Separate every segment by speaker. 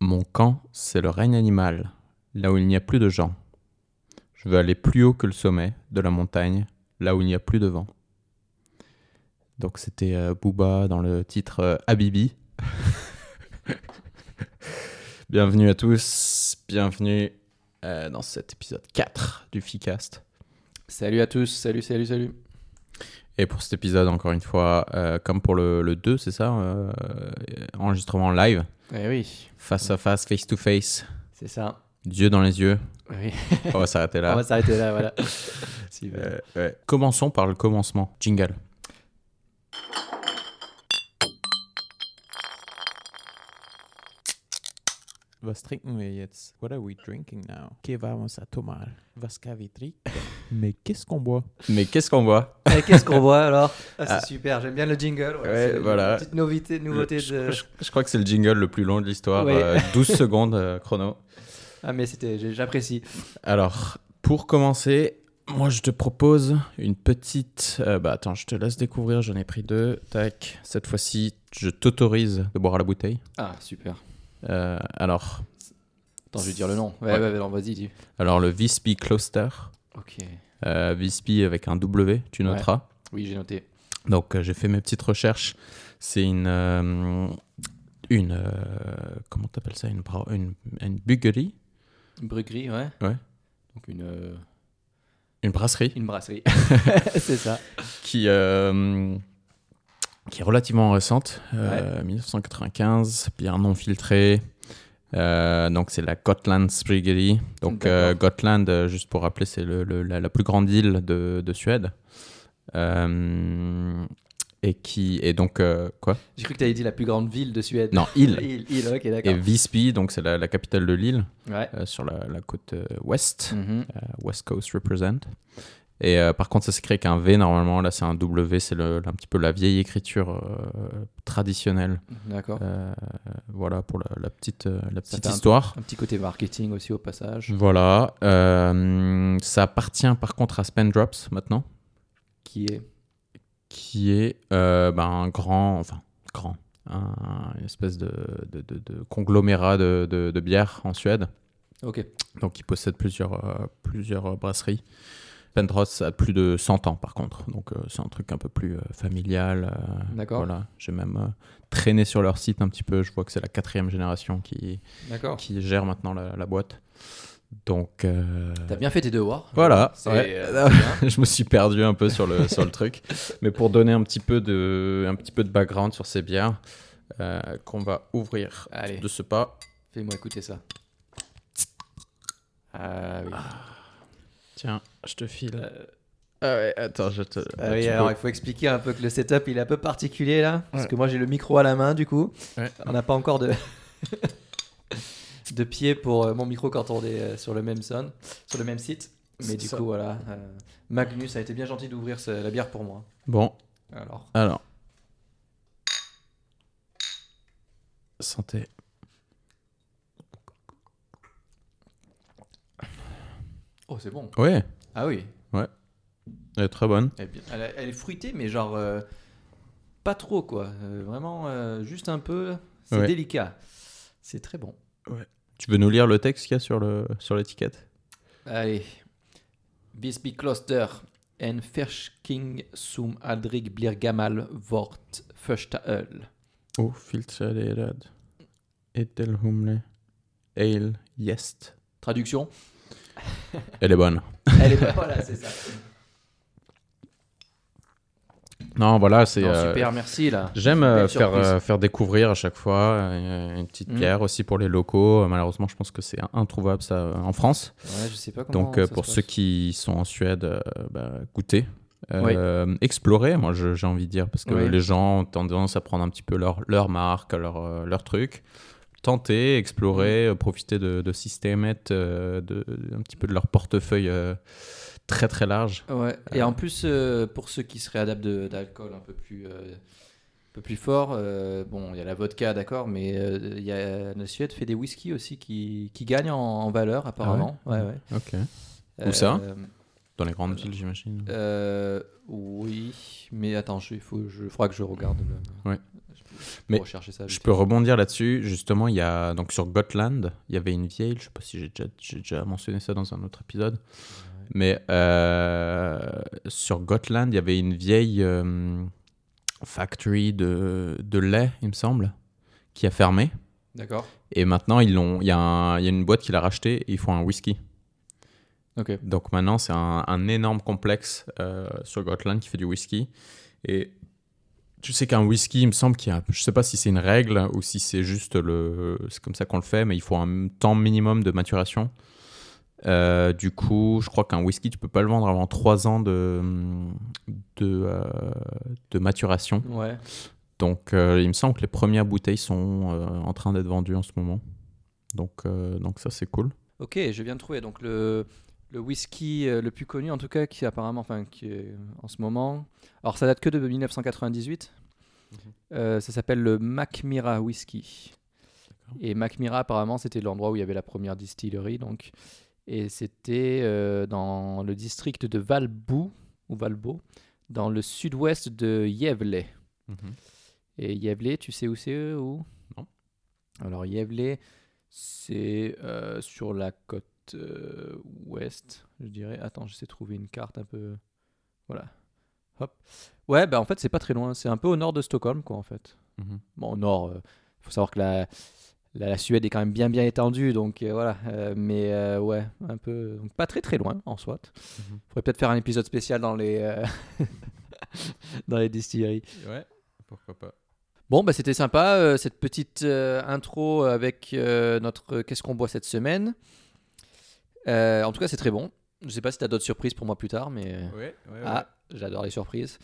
Speaker 1: Mon camp, c'est le règne animal, là où il n'y a plus de gens. Je veux aller plus haut que le sommet de la montagne, là où il n'y a plus de vent. Donc c'était euh, Booba dans le titre euh, Habibi. bienvenue à tous, bienvenue euh, dans cet épisode 4 du FICAST.
Speaker 2: Salut à tous, salut, salut, salut.
Speaker 1: Et pour cet épisode, encore une fois, euh, comme pour le, le 2, c'est ça euh, Enregistrement live,
Speaker 2: Eh oui,
Speaker 1: face à face, face to face,
Speaker 2: c'est ça.
Speaker 1: Dieu dans les yeux.
Speaker 2: Eh
Speaker 1: Oh,
Speaker 2: Oui.
Speaker 1: On va s'arrêter
Speaker 2: On
Speaker 1: là.
Speaker 2: va s'arrêter là, voilà. Si, bah.
Speaker 1: Euh, ouais. Commençons par le commencement. Jingle.
Speaker 3: Was trinken wir jetzt? What are we drinking now? Que vamos a tomar? Was cavitrique? Mais qu'est-ce qu'on boit?
Speaker 1: Mais qu'est-ce qu'on voit
Speaker 2: Eh, Qu'est-ce qu'on voit alors ah, C'est
Speaker 1: Ah.
Speaker 2: super, j'aime bien le jingle. Voilà,
Speaker 1: Ouais,
Speaker 2: c'est une
Speaker 1: voilà.
Speaker 2: Petite novité, nouveauté de.
Speaker 1: je, je- je crois que c'est le jingle le plus long de l'histoire.
Speaker 2: Ouais.
Speaker 1: euh, 12 secondes euh, chrono.
Speaker 2: Ah, mais c'était, j'ai- j'apprécie.
Speaker 1: Alors, pour commencer, moi je te propose une petite. euh, bah attends, je te laisse découvrir, j'en ai pris deux. Tac, cette fois-ci, je t'autorise de boire à la bouteille.
Speaker 2: Ah, super.
Speaker 1: Euh, alors,
Speaker 2: Attends, je vais dire le nom. Ouais, ouais,
Speaker 1: Ouais.
Speaker 2: ouais, non, vas-y, dis.
Speaker 1: alors, le Visby Closter,
Speaker 2: Ok.
Speaker 1: euh, Visby avec un W, tu
Speaker 2: Ouais.
Speaker 1: noteras.
Speaker 2: Oui, j'ai noté.
Speaker 1: Donc, euh, j'ai fait mes petites recherches. C'est une. euh, une. euh, comment t'appelles ça Une, bra- une, une buguerie
Speaker 2: Une brugerie, ouais.
Speaker 1: Ouais.
Speaker 2: Donc une, euh,
Speaker 1: Une brasserie
Speaker 2: une brasserie. c'est ça.
Speaker 1: qui, euh, qui est relativement récente, euh, 1995, bière non filtrée. Euh, donc c'est la Gotland Spriggery. Donc euh, Gotland, euh, juste pour rappeler, c'est le- le- la, la plus grande île de, de Suède. Euh, et qui et donc euh, quoi
Speaker 2: J'ai cru que t'avais dit la plus grande ville de Suède.
Speaker 1: Non île.
Speaker 2: Il, il, ok,
Speaker 1: Et
Speaker 2: d'accord.
Speaker 1: Visby, donc c'est la, la capitale de l'île
Speaker 2: Ouais.
Speaker 1: euh, sur la, la côte euh, ouest.
Speaker 2: Mhm.
Speaker 1: West Coast Represent. Et euh, par contre, ça s'écrit avec un V normalement. Là, c'est un W. C'est le- un petit peu la vieille écriture euh, traditionnelle.
Speaker 2: D'accord.
Speaker 1: Euh, voilà pour la, la petite, euh, la petite
Speaker 2: Oh. fait un-
Speaker 1: histoire.
Speaker 2: Un petit côté marketing aussi au passage,
Speaker 1: Voilà. Euh, ça appartient par contre à Spendrops maintenant,
Speaker 2: qui est
Speaker 1: qui est euh, ben, un grand, enfin grand, un- une espèce de, de- de- de conglomérat de, de- de bières en Suède.
Speaker 2: ok.
Speaker 1: Donc il possède plusieurs, euh, plusieurs euh, brasseries. Pentros a plus de 100 ans par contre, donc euh, c'est un truc un peu plus euh, familial. euh,
Speaker 2: D'accord.
Speaker 1: Voilà, j'ai même euh, traîné sur leur site un petit peu. Je vois que c'est la quatrième génération qui,
Speaker 2: D'accord.
Speaker 1: qui gère maintenant la, la boîte. Donc euh,
Speaker 2: T'as bien fait tes devoirs.
Speaker 1: voilà,
Speaker 2: C'est,
Speaker 1: ouais.
Speaker 2: euh, c'est bien.
Speaker 1: je me suis perdu un peu sur le, sur le truc. Mais pour donner un petit peu de, un petit peu de background sur ces bières euh, qu'on va ouvrir
Speaker 2: Allez.
Speaker 1: de ce pas.
Speaker 2: Fais-moi écouter ça. Ah oui.
Speaker 1: Tiens, je te file.
Speaker 2: Euh,
Speaker 1: Ah ouais, attends, je te.
Speaker 2: ah
Speaker 1: tu
Speaker 2: oui,
Speaker 1: peux-
Speaker 2: alors il faut expliquer un peu que le setup il est un peu particulier là, parce que moi j'ai le micro à la main du coup.
Speaker 1: Ouais.
Speaker 2: On n'a pas encore de de pied pour euh, mon micro quand on est euh, sur le même son, sur le même site. Mais
Speaker 1: C'est
Speaker 2: du
Speaker 1: ça.
Speaker 2: coup voilà, euh, Magnus a été bien gentil d'ouvrir ce- la bière pour moi.
Speaker 1: Bon,
Speaker 2: Alors,
Speaker 1: Alors. Santé.
Speaker 2: oh c'est bon.
Speaker 1: Ouais,
Speaker 2: Ah oui.
Speaker 1: elle est très bonne.
Speaker 2: Elle est, bien- elle est- elle est fruitée, mais genre euh, pas trop quoi. Euh, vraiment euh, juste un peu. C'est
Speaker 1: Ouais.
Speaker 2: délicat. C'est très bon.
Speaker 1: Tu veux nous lire le texte qu'il y a sur le sur l'étiquette
Speaker 2: Allez. Visby Kloster en Verschking zum Aldrig Blirgamal Wort Första Öl.
Speaker 1: Oh, filtraderad. Etelhumle. Ale. Yest.
Speaker 2: Traduction
Speaker 1: Elle est bonne.
Speaker 2: Elle est pas voilà, c'est ça.
Speaker 1: Non, voilà, c'est.
Speaker 2: Non,
Speaker 1: euh,
Speaker 2: super, merci là.
Speaker 1: J'aime
Speaker 2: Belle
Speaker 1: euh, faire,
Speaker 2: surprise.
Speaker 1: euh, faire découvrir à chaque fois euh, une petite
Speaker 2: Mm.
Speaker 1: pierre aussi pour les locaux. Euh, Malheureusement, je pense que c'est introuvable ça euh, en France.
Speaker 2: Ouais, je sais pas comment.
Speaker 1: Donc euh,
Speaker 2: ça
Speaker 1: pour
Speaker 2: se
Speaker 1: ceux
Speaker 2: passe.
Speaker 1: qui sont en Suède, euh, bah, goûtez. Euh, Explorer, moi je- j'ai envie de dire, parce que
Speaker 2: Oui.
Speaker 1: les gens ont tendance à prendre un petit peu leur, leur marque, leur, euh, leur truc. Tenter, explorer, euh, profiter de, de Systemet, euh, de, de- un petit peu de leur portefeuille euh, très très large.
Speaker 2: Ouais. Et en plus, euh, pour ceux qui se réadaptent de- d'alcool un peu plus, euh, un peu plus fort, euh, bon, il y a la vodka, d'accord, mais euh, il y a, la Suède fait des whisky aussi qui, qui gagnent en, en valeur, apparemment.
Speaker 1: Ah
Speaker 2: ouais, ouais.
Speaker 1: Ok. Où
Speaker 2: Euh,
Speaker 1: ça Dans les grandes villes, j'imagine.
Speaker 2: euh, Oui, mais attends, je- il faut, je, faudra que je regarde. le-
Speaker 1: Ouais.
Speaker 2: Je-
Speaker 1: Mais
Speaker 2: pour rechercher ça.
Speaker 1: Je
Speaker 2: vite.
Speaker 1: peux rebondir là-dessus. Justement, il y a donc sur Gotland, il y avait une vieille. Je sais pas si j'ai déjà, j'ai déjà mentionné ça dans un autre épisode, mais euh, sur Gotland, il y avait une vieille euh, factory de, de lait, il me semble, qui a fermé.
Speaker 2: D'accord.
Speaker 1: Et maintenant, ils l'ont. Il y, a un- il y a une boîte qui l'a racheté et ils font un whisky.
Speaker 2: Ok.
Speaker 1: Donc maintenant, c'est un, un énorme complexe euh, sur Gotland qui fait du whisky. Et tu sais qu'un whisky, il me semble qu'il y a, je sais pas si c'est une règle ou si c'est juste le, c'est comme ça qu'on le fait, mais il faut un temps minimum de maturation. Euh, du coup, je crois qu'un whisky, tu peux pas le vendre avant 3 ans de, de, euh, de maturation.
Speaker 2: Ouais.
Speaker 1: Donc, euh, il me semble que les premières bouteilles sont euh, en train d'être vendues en ce moment. Donc, euh, donc ça, c'est cool.
Speaker 2: Ok, je viens de trouver. Donc le, le whisky euh, le plus connu, en tout cas, qui apparemment, enfin, qui est en ce moment. Alors ça date que de 1998. Euh, ça s'appelle le Macmira Whisky. Et Macmira, apparemment, c'était l'endroit où il y avait la première distillerie. Donc, et c'était euh, dans le district de Valbou ou Valbo, dans le sud-ouest de Yvelé.
Speaker 1: Mhm.
Speaker 2: Et Yvelé, tu sais où c'est euh, ou
Speaker 1: Non.
Speaker 2: Alors Yvelé, c'est euh, sur la côte euh, ouest, je dirais. Attends, j'essaie de trouver une carte un peu. Voilà. Hop. Ouais, bah en fait, c'est pas très loin. C'est un peu au nord de Stockholm, quoi, en fait.
Speaker 1: Mhm.
Speaker 2: Bon, au nord, euh, faut savoir que la, la, la Suède est quand même bien, bien étendue, donc euh, voilà. Euh, mais euh, ouais, un peu. Donc pas très, très loin, en soit.
Speaker 1: Mhm.
Speaker 2: Faudrait peut-être faire un épisode spécial dans les. euh, dans les distilleries.
Speaker 1: Ouais, pourquoi pas.
Speaker 2: Bon, bah, c'était sympa, euh, cette petite euh, intro avec euh, notre euh, Qu'est-ce qu'on boit cette semaine. Euh, en tout cas, c'est très bon. Je sais pas si tu as d'autres surprises pour moi plus tard, mais.
Speaker 1: Ouais, ouais,
Speaker 2: Ah, j'adore les surprises.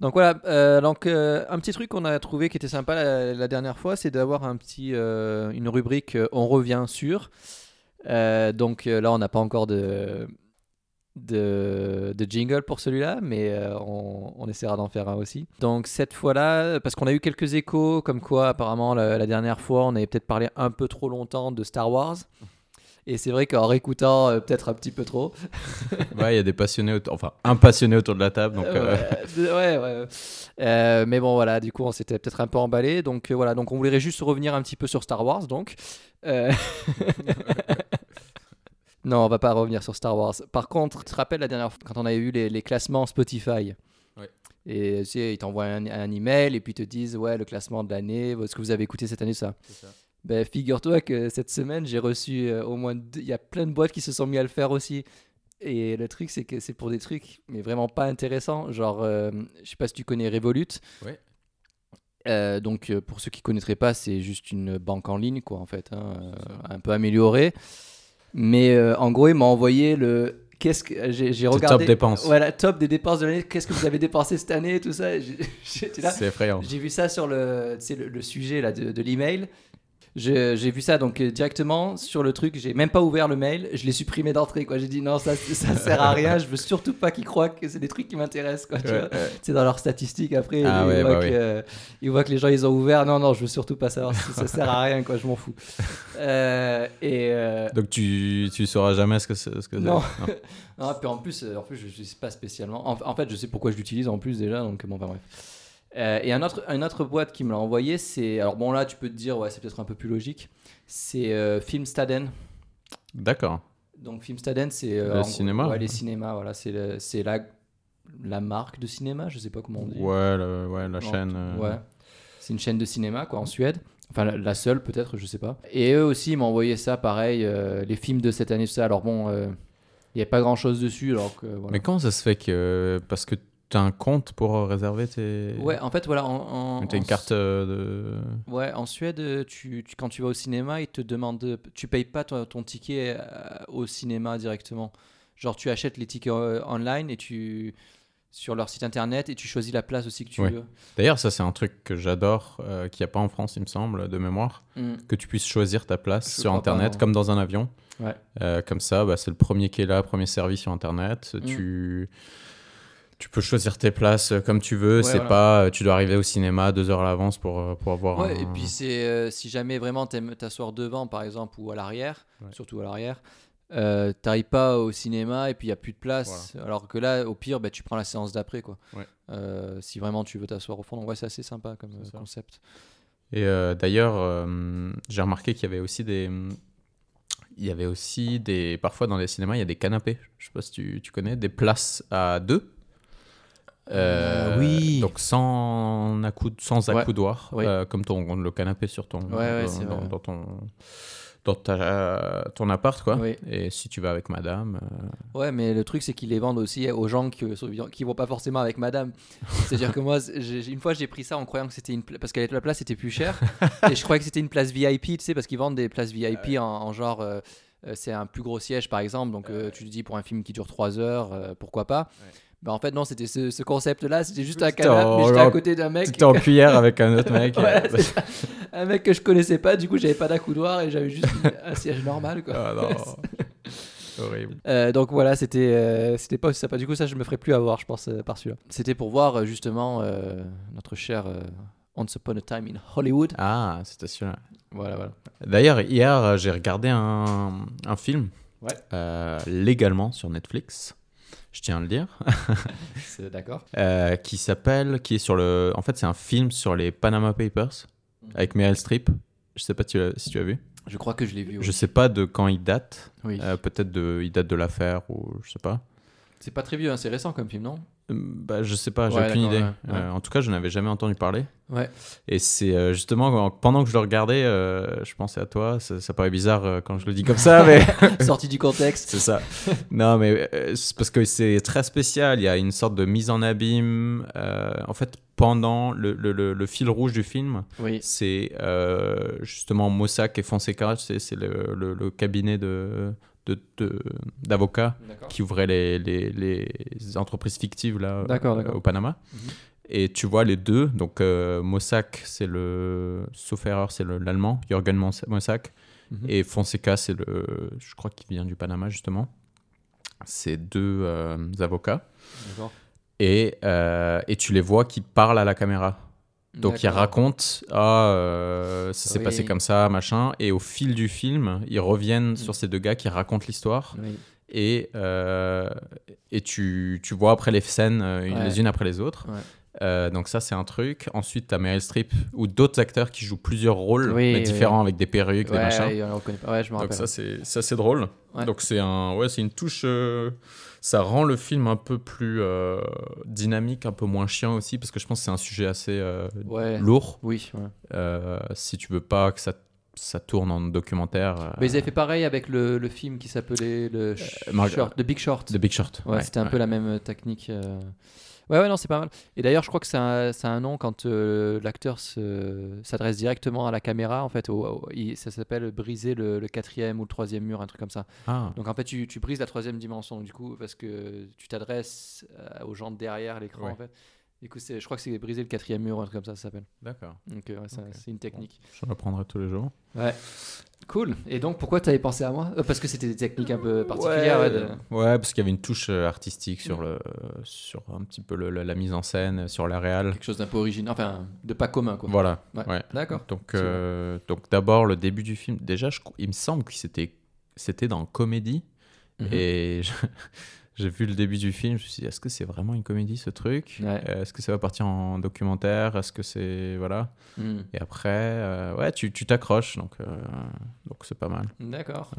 Speaker 2: Donc voilà, euh, donc, euh, un petit truc qu'on a trouvé qui était sympa la, la dernière fois, c'est d'avoir un petit, euh, une rubrique euh, On revient sur. Euh, donc euh, là, on n'a pas encore de, de, de jingle pour celui-là, mais euh, on, on essaiera d'en faire un aussi. Donc cette fois-là, parce qu'on a eu quelques échos, comme quoi apparemment la, la dernière fois, on avait peut-être parlé un peu trop longtemps de Star Wars. Et c'est vrai qu'en réécoutant, euh, peut-être un petit peu trop.
Speaker 1: Ouais, il y a des passionnés, autour- enfin un passionné autour de la table. Donc, euh,
Speaker 2: Euh, ouais, ouais, ouais. Euh, mais bon, voilà, du coup, on s'était peut-être un peu emballé. Donc, euh, voilà, donc on voulait juste revenir un petit peu sur Star Wars. Donc, Euh, non, on va pas revenir sur Star Wars. Par contre, tu te rappelles la dernière fois quand on avait eu les, les classements Spotify
Speaker 1: Ouais.
Speaker 2: Et tu sais, ils t'envoient un, un email et puis ils te disent Ouais, le classement de l'année, ce que vous avez écouté cette année, ça. Ben, figure-toi que cette semaine, j'ai reçu euh, au moins deux. Il y a plein de boîtes qui se sont mis à le faire aussi. Et le truc, c'est que c'est pour des trucs, mais vraiment pas intéressants. Genre, euh, je sais pas si tu connais Revolut.
Speaker 1: Ouais.
Speaker 2: Euh, donc, euh, pour ceux qui connaîtraient pas, c'est juste une banque en ligne, quoi, en fait, hein, euh,
Speaker 1: C'est ça.
Speaker 2: un peu améliorée. Mais euh, en gros, il m'a envoyé le. Qu'est-ce que j'ai j'ai
Speaker 1: Le
Speaker 2: regardé
Speaker 1: top dépenses.
Speaker 2: Voilà, top des dépenses de l'année. Qu'est-ce que vous avez dépensé cette année, tout ça. Et j'ai- J'étais là.
Speaker 1: c'est effrayant.
Speaker 2: J'ai vu ça sur le, tu sais, le, le sujet là, de, de l'email. Je- J'ai vu ça donc euh, directement sur le truc. J'ai même pas ouvert le mail. Je l'ai supprimé d'entrée. quoi. J'ai dit non, ça, ça sert à rien. Je veux surtout pas qu'ils croient que c'est des trucs qui m'intéressent. quoi, tu
Speaker 1: Ouais,
Speaker 2: vois.
Speaker 1: ouais.
Speaker 2: C'est dans leurs statistiques après.
Speaker 1: Ah
Speaker 2: ils,
Speaker 1: ouais,
Speaker 2: voient
Speaker 1: bah
Speaker 2: que,
Speaker 1: oui.
Speaker 2: euh, ils voient que les gens ils ont ouvert. Non, non, je veux surtout pas savoir. si ça sert à rien. quoi. Je m'en fous. Euh, et euh,
Speaker 1: Donc tu, tu sauras jamais ce que c'est. ce que c'est.
Speaker 2: Non. non, puis en plus, euh, en plus, je ne sais pas spécialement. En, en fait, je sais pourquoi je l'utilise en plus déjà, donc bon, enfin bref. Euh, et un autre, une autre boîte qui me l'a envoyé, c'est. Alors bon, là, tu peux te dire, ouais, c'est peut-être un peu plus logique. C'est euh, Filmstaden.
Speaker 1: D'accord.
Speaker 2: Donc Filmstaden, c'est. euh,
Speaker 1: Le
Speaker 2: en-
Speaker 1: cinéma.
Speaker 2: Ouais, les cinémas, voilà. C'est le- c'est la, la marque de cinéma, je sais pas comment on dit.
Speaker 1: Ouais, le- ouais, la
Speaker 2: Non,
Speaker 1: chaîne. euh,
Speaker 2: Ouais. C'est une chaîne de cinéma, quoi, en Suède. Enfin, la- la seule, peut-être, je sais pas. Et eux aussi, ils m'ont envoyé ça, pareil, euh, les films de cette année, tout ça. Alors bon, euh, il n'y a pas grand-chose dessus, alors que. Voilà.
Speaker 1: Mais comment ça se fait que. Parce que t'as un compte pour euh, réserver tes.
Speaker 2: Ouais, en fait, voilà. En, en-
Speaker 1: Mais T'as
Speaker 2: en
Speaker 1: une carte euh, de.
Speaker 2: Su- Ouais, en Suède, euh, tu, tu- quand tu vas au cinéma, ils te demandent. Tu payes pas ton, ton ticket euh, au cinéma directement. Genre, tu achètes les tickets euh, online et tu. sur leur site internet et tu choisis la place aussi que tu
Speaker 1: Ouais.
Speaker 2: veux.
Speaker 1: D'ailleurs, ça, c'est un truc que j'adore, euh, qu'il n'y a pas en France, il me semble, de mémoire.
Speaker 2: Mm.
Speaker 1: Que tu puisses choisir ta place
Speaker 2: Je
Speaker 1: sur
Speaker 2: crois pas,
Speaker 1: Internet,
Speaker 2: non.
Speaker 1: comme dans un avion.
Speaker 2: Ouais.
Speaker 1: Euh, comme ça, bah, c'est le premier qui est là, premier servi sur Internet.
Speaker 2: Mm.
Speaker 1: Tu, tu peux choisir tes places euh, comme tu veux.
Speaker 2: Ouais,
Speaker 1: c'est
Speaker 2: voilà.
Speaker 1: pas, euh, tu dois arriver au cinéma deux heures à l'avance pour, euh, pour avoir.
Speaker 2: Ouais,
Speaker 1: un-
Speaker 2: et puis c'est euh, si jamais vraiment t'aimes t'asseoir devant par exemple ou à l'arrière,
Speaker 1: Ouais.
Speaker 2: surtout à l'arrière, euh, t'arrives pas au cinéma et puis il y a plus de place. Alors que là, au pire, bah, tu prends la séance d'après quoi.
Speaker 1: Ouais.
Speaker 2: Euh, si vraiment tu veux t'asseoir au fond, donc ouais, c'est assez sympa comme
Speaker 1: C'est
Speaker 2: euh,
Speaker 1: ça.
Speaker 2: concept.
Speaker 1: Et euh, d'ailleurs, euh, j'ai remarqué qu'il y avait aussi des. Il y avait aussi des. Parfois dans les cinémas, il y a des canapés. Je sais pas si tu, tu connais, des places à deux. Euh,
Speaker 2: Ah oui.
Speaker 1: Donc sans, accou- sans
Speaker 2: Ouais.
Speaker 1: accoudoir,
Speaker 2: Oui.
Speaker 1: euh, comme ton, le canapé sur ton.
Speaker 2: ouais, c'est
Speaker 1: dans,
Speaker 2: vrai.
Speaker 1: dans ton dans ta, euh, ton appart, quoi.
Speaker 2: Oui.
Speaker 1: Et si tu vas avec madame. euh,
Speaker 2: Ouais, mais le truc, c'est qu'ils les vendent aussi aux gens qui, qui vont pas forcément avec madame. C'est-à-dire que moi, j'ai- j'ai- une fois, j'ai pris ça en croyant que c'était une. pla- Parce qu'à la place, c'était plus cher. et je croyais que c'était une place VIP, tu sais, parce qu'ils vendent des places
Speaker 1: Ah
Speaker 2: VIP en, en genre. euh, euh, c'est un plus gros siège, par exemple.
Speaker 1: Ah
Speaker 2: Donc, euh, tu te dis, pour un film qui dure 3 heures, euh, pourquoi pas Bah, en fait, non, c'était ce, ce concept-là. C'était juste un
Speaker 1: C'était
Speaker 2: canapé,
Speaker 1: en-
Speaker 2: mais j'étais à
Speaker 1: en-
Speaker 2: côté d'un mec.
Speaker 1: T'es en cuillère avec un autre mec. euh,
Speaker 2: Ouais, c'est ça. un mec que je connaissais pas, du coup, j'avais pas d'accoudoir et j'avais juste un siège normal, quoi.
Speaker 1: Ah non. Horrible.
Speaker 2: Euh, donc voilà, c'était euh, c'était pas aussi sympa. Du coup, ça, je me ferai plus avoir, je pense, euh, par celui-là. C'était pour voir euh, justement euh, notre cher euh, Once Upon a Time in Hollywood.
Speaker 1: Ah, c'était sûr.
Speaker 2: Voilà, voilà.
Speaker 1: D'ailleurs, hier, euh, j'ai regardé un, un film
Speaker 2: Ouais.
Speaker 1: euh, légalement sur Netflix. Je tiens à le dire,
Speaker 2: C'est d'accord.
Speaker 1: euh, qui s'appelle, qui est sur le, en fait c'est un film sur les Panama Papers
Speaker 2: Mhm.
Speaker 1: avec Meryl Streep. Je sais pas tu l'as- si tu as vu.
Speaker 2: Je crois que je l'ai vu. oui.
Speaker 1: Je sais pas de quand il date.
Speaker 2: Oui.
Speaker 1: Euh, Peut-être de, il date de l'affaire ou je sais pas.
Speaker 2: C'est pas très vieux, hein, c'est récent comme film, non
Speaker 1: Euh, Bah, je sais pas, j'ai
Speaker 2: Ouais,
Speaker 1: aucune idée.
Speaker 2: d'accord, ouais, ouais.
Speaker 1: Euh, en tout cas, je n'avais jamais entendu parler.
Speaker 2: Ouais.
Speaker 1: Et c'est euh, justement quand- pendant que je le regardais, euh, je pensais à toi. Ça, ça paraît bizarre euh, quand je le dis comme ça, mais
Speaker 2: Sorti du contexte.
Speaker 1: c'est ça. Non, mais euh, c'est parce que c'est très spécial. Il y a une sorte de mise en abîme. euh, en fait, pendant le, le- le- le fil rouge du film,
Speaker 2: Oui.
Speaker 1: c'est euh, justement Mossack et Fonseca. C'est c'est le, le- le cabinet de de- de- d'avocats
Speaker 2: D'accord.
Speaker 1: qui ouvrait les, les, les entreprises fictives là,
Speaker 2: D'accord,
Speaker 1: euh,
Speaker 2: d'accord.
Speaker 1: au Panama.
Speaker 2: Mhm.
Speaker 1: Et tu vois les deux, donc euh, Mossack, c'est le, sauf erreur, c'est le- l'allemand, Jürgen Mons- Mossack,
Speaker 2: Mhm.
Speaker 1: et Fonseca, c'est le, je crois qu'il vient du Panama justement. C'est deux euh, avocats.
Speaker 2: D'accord.
Speaker 1: Et, euh, et tu les vois qui parlent à la caméra. Donc ils
Speaker 2: D'accord.
Speaker 1: racontent, ah, euh, ça s'est
Speaker 2: Oui. Mmh.
Speaker 1: passé comme ça, machin. Et au fil du film, ils reviennent sur ces deux gars qui racontent l'histoire
Speaker 2: Oui.
Speaker 1: et, euh, et tu, tu vois après les scènes euh, une-
Speaker 2: Ouais.
Speaker 1: les unes après les autres.
Speaker 2: Ouais.
Speaker 1: Euh, donc ça c'est un truc. Ensuite t'as Meryl Streep ou d'autres acteurs qui jouent plusieurs rôles
Speaker 2: Oui,
Speaker 1: mais
Speaker 2: oui.
Speaker 1: différents avec des perruques, des
Speaker 2: Ouais,
Speaker 1: machins.
Speaker 2: ouais, on le connaît pas. Ouais, je me
Speaker 1: Donc
Speaker 2: rappelle.
Speaker 1: ça c'est ça c'est drôle.
Speaker 2: Ouais.
Speaker 1: Donc c'est un ouais c'est une touche. euh, ça rend le film un peu plus euh, dynamique, un peu moins chiant aussi parce que je pense que c'est un sujet assez euh,
Speaker 2: Ouais.
Speaker 1: lourd.
Speaker 2: Oui. ouais.
Speaker 1: Euh, si tu veux pas que ça ça tourne en documentaire. euh,
Speaker 2: Mais ils avaient fait pareil avec le, le film qui s'appelait le Sh-
Speaker 1: Margaret-
Speaker 2: Short, The Big Short.
Speaker 1: The Big Short.
Speaker 2: Ouais,
Speaker 1: Ouais,
Speaker 2: c'était un
Speaker 1: ouais.
Speaker 2: peu la même technique. euh. Ouais, ouais, non, c'est pas mal. Et d'ailleurs, je crois que c'est un, c'est un nom quand euh, l'acteur se- s'adresse directement à la caméra. En fait, au- au- il- ça s'appelle briser le, le quatrième ou le troisième mur, un truc comme ça.
Speaker 1: Ah.
Speaker 2: Donc en fait, tu, tu brises la troisième dimension, du coup, parce que tu t'adresses euh, aux gens derrière l'écran,
Speaker 1: Ouais.
Speaker 2: en fait. Du coup, c'est- je crois que c'est briser le quatrième mur, un truc comme ça, ça s'appelle.
Speaker 1: D'accord.
Speaker 2: Donc euh, ouais, ça-
Speaker 1: Ok.
Speaker 2: c'est une technique.
Speaker 1: Je apprendrai tous les jours.
Speaker 2: Ouais. Cool. Et donc, pourquoi t'avais pensé à moi Euh, Parce que c'était des techniques un peu particulières. ouais, de- Mm.
Speaker 1: Ouais, parce qu'il y avait une touche euh, artistique sur, le, sur un petit peu le- le- la mise en scène, sur la réal.
Speaker 2: Quelque chose d'un peu original, enfin, de pas commun, quoi.
Speaker 1: Voilà.
Speaker 2: Ouais.
Speaker 1: ouais.
Speaker 2: D'accord.
Speaker 1: Donc,
Speaker 2: C'est
Speaker 1: euh, donc d'abord, le début du film. Déjà, je cro- il me semble que c'était, c'était dans comédie.
Speaker 2: Mhm.
Speaker 1: Et je- j'ai vu le début du film. Je me suis dit, est-ce que c'est vraiment une comédie ce truc
Speaker 2: Ouais.
Speaker 1: Euh, Est-ce que ça va partir en documentaire Est-ce que c'est. Voilà.
Speaker 2: Hmm.
Speaker 1: Et après, euh, ouais, tu tu t'accroches. Donc, euh, donc, c'est pas mal.
Speaker 2: D'accord.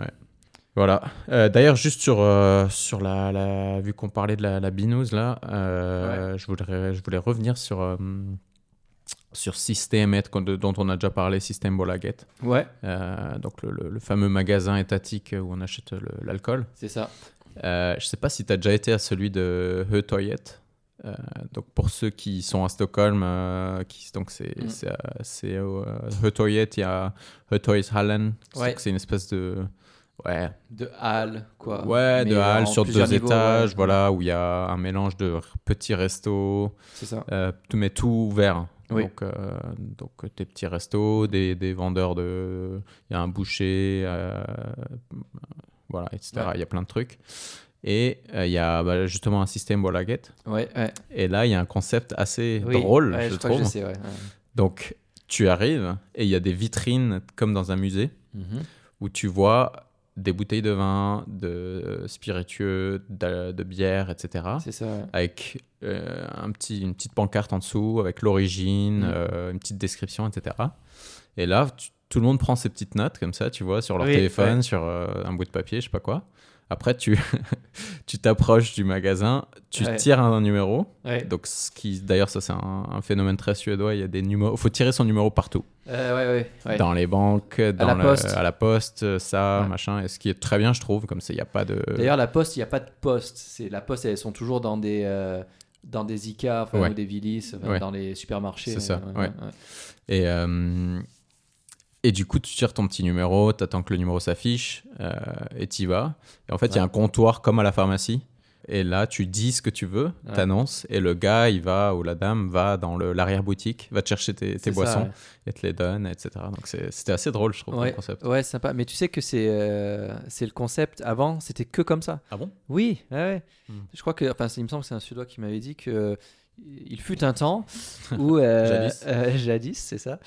Speaker 1: Voilà. Euh, D'ailleurs, juste sur, euh, sur la, la- Vu qu'on parlait de la, la binouze, là, euh, je, voudrais, je voulais revenir sur, euh, sur System Ed, qu'on- de- dont on a déjà parlé, System Bolaget.
Speaker 2: Ouais,
Speaker 1: Euh, donc, le, le- le fameux magasin étatique où on achète le- l'alcool.
Speaker 2: c'est ça.
Speaker 1: Euh, je sais pas si tu as déjà été à celui de Hötoyet. Euh, donc pour ceux qui sont à Stockholm, euh, qui, donc c'est
Speaker 2: Mm.
Speaker 1: c'est, euh, c'est au, euh, Hötorget, il y a Hötorgshallen.
Speaker 2: Ouais.
Speaker 1: Donc C'est une espèce de ouais,
Speaker 2: De Halle, quoi.
Speaker 1: Ouais,
Speaker 2: Bah, Mais
Speaker 1: de
Speaker 2: en
Speaker 1: halles sur
Speaker 2: plusieurs
Speaker 1: deux
Speaker 2: niveaux,
Speaker 1: étages,
Speaker 2: ouais.
Speaker 1: voilà, où il y a un mélange de r- petits restos,
Speaker 2: C'est ça.
Speaker 1: euh, tout- mais tout ouvert.
Speaker 2: Oui.
Speaker 1: Donc, euh, donc des petits restos, des, des vendeurs de. Il y a un boucher, euh, voilà, etc. Il
Speaker 2: Ouais.
Speaker 1: y a plein de trucs. Et euh, il y a bah, justement un système Wallaget.
Speaker 2: Ouais, ouais.
Speaker 1: Et là, il y a un concept assez
Speaker 2: Oui,
Speaker 1: drôle,
Speaker 2: ouais,
Speaker 1: je,
Speaker 2: crois que
Speaker 1: trouve.
Speaker 2: je sais, ouais. ouais.
Speaker 1: donc,
Speaker 2: Mhm.
Speaker 1: tu arrives et il y a des vitrines comme dans un musée où tu vois des bouteilles de vin, de spiritueux, de, de bière, etc.
Speaker 2: C'est ça. ouais.
Speaker 1: Avec euh, un petit, une petite pancarte en dessous, avec l'origine,
Speaker 2: Mm.
Speaker 1: euh, une petite description, etc. Et là, tu- tout le monde prend ses petites notes, comme ça, tu vois, sur leur
Speaker 2: Oui,
Speaker 1: téléphone, sur euh, un bout de papier, je sais pas quoi. Après, tu tu t'approches du magasin, tu
Speaker 2: Ouais.
Speaker 1: tires un, un numéro.
Speaker 2: Ouais.
Speaker 1: Donc, ce qui, d'ailleurs, ça, c'est un, un phénomène très suédois. Il y a des numéros. faut tirer son numéro partout.
Speaker 2: Euh, ouais, ouais, ouais.
Speaker 1: Dans les banques, dans
Speaker 2: la
Speaker 1: le-
Speaker 2: poste.
Speaker 1: à la poste, ça,
Speaker 2: Ouais.
Speaker 1: machin. Et ce qui est très bien, je trouve, comme ça, il n'y a pas de.
Speaker 2: D'ailleurs, la poste, il n'y a pas de poste. C'est la poste, elles sont toujours dans des euh, dans des Ica, enfin,
Speaker 1: Ouais.
Speaker 2: ou des Vilis, enfin,
Speaker 1: Ouais.
Speaker 2: dans les supermarchés.
Speaker 1: C'est ça, ouais.
Speaker 2: ouais.
Speaker 1: Et, euh, et du coup, tu tires ton petit numéro, t'attends que le numéro s'affiche euh, et t'y vas. Et en fait, il y
Speaker 2: Ouais.
Speaker 1: a un comptoir comme à la pharmacie. Et là, tu dis ce que tu veux,
Speaker 2: Ouais.
Speaker 1: t'annonces, et le gars, il va, ou la dame, va dans le- l'arrière-boutique, va te chercher tes, tes
Speaker 2: C'est ça,
Speaker 1: boissons
Speaker 2: ouais.
Speaker 1: et te les donne, etc. Donc, c'est- c'était assez drôle, je trouve, comme
Speaker 2: Ouais,
Speaker 1: concept.
Speaker 2: ouais, sympa. Mais tu sais que c'est euh, c'est le concept. Avant, c'était que comme ça.
Speaker 1: Ah bon
Speaker 2: Oui, ouais, ouais.
Speaker 1: Hmm.
Speaker 2: Je crois que, enfin, c'est- il me semble que c'est un Suédois qui m'avait dit que euh, il fut un temps où euh,
Speaker 1: Jadis.
Speaker 2: euh, jadis, c'est ça,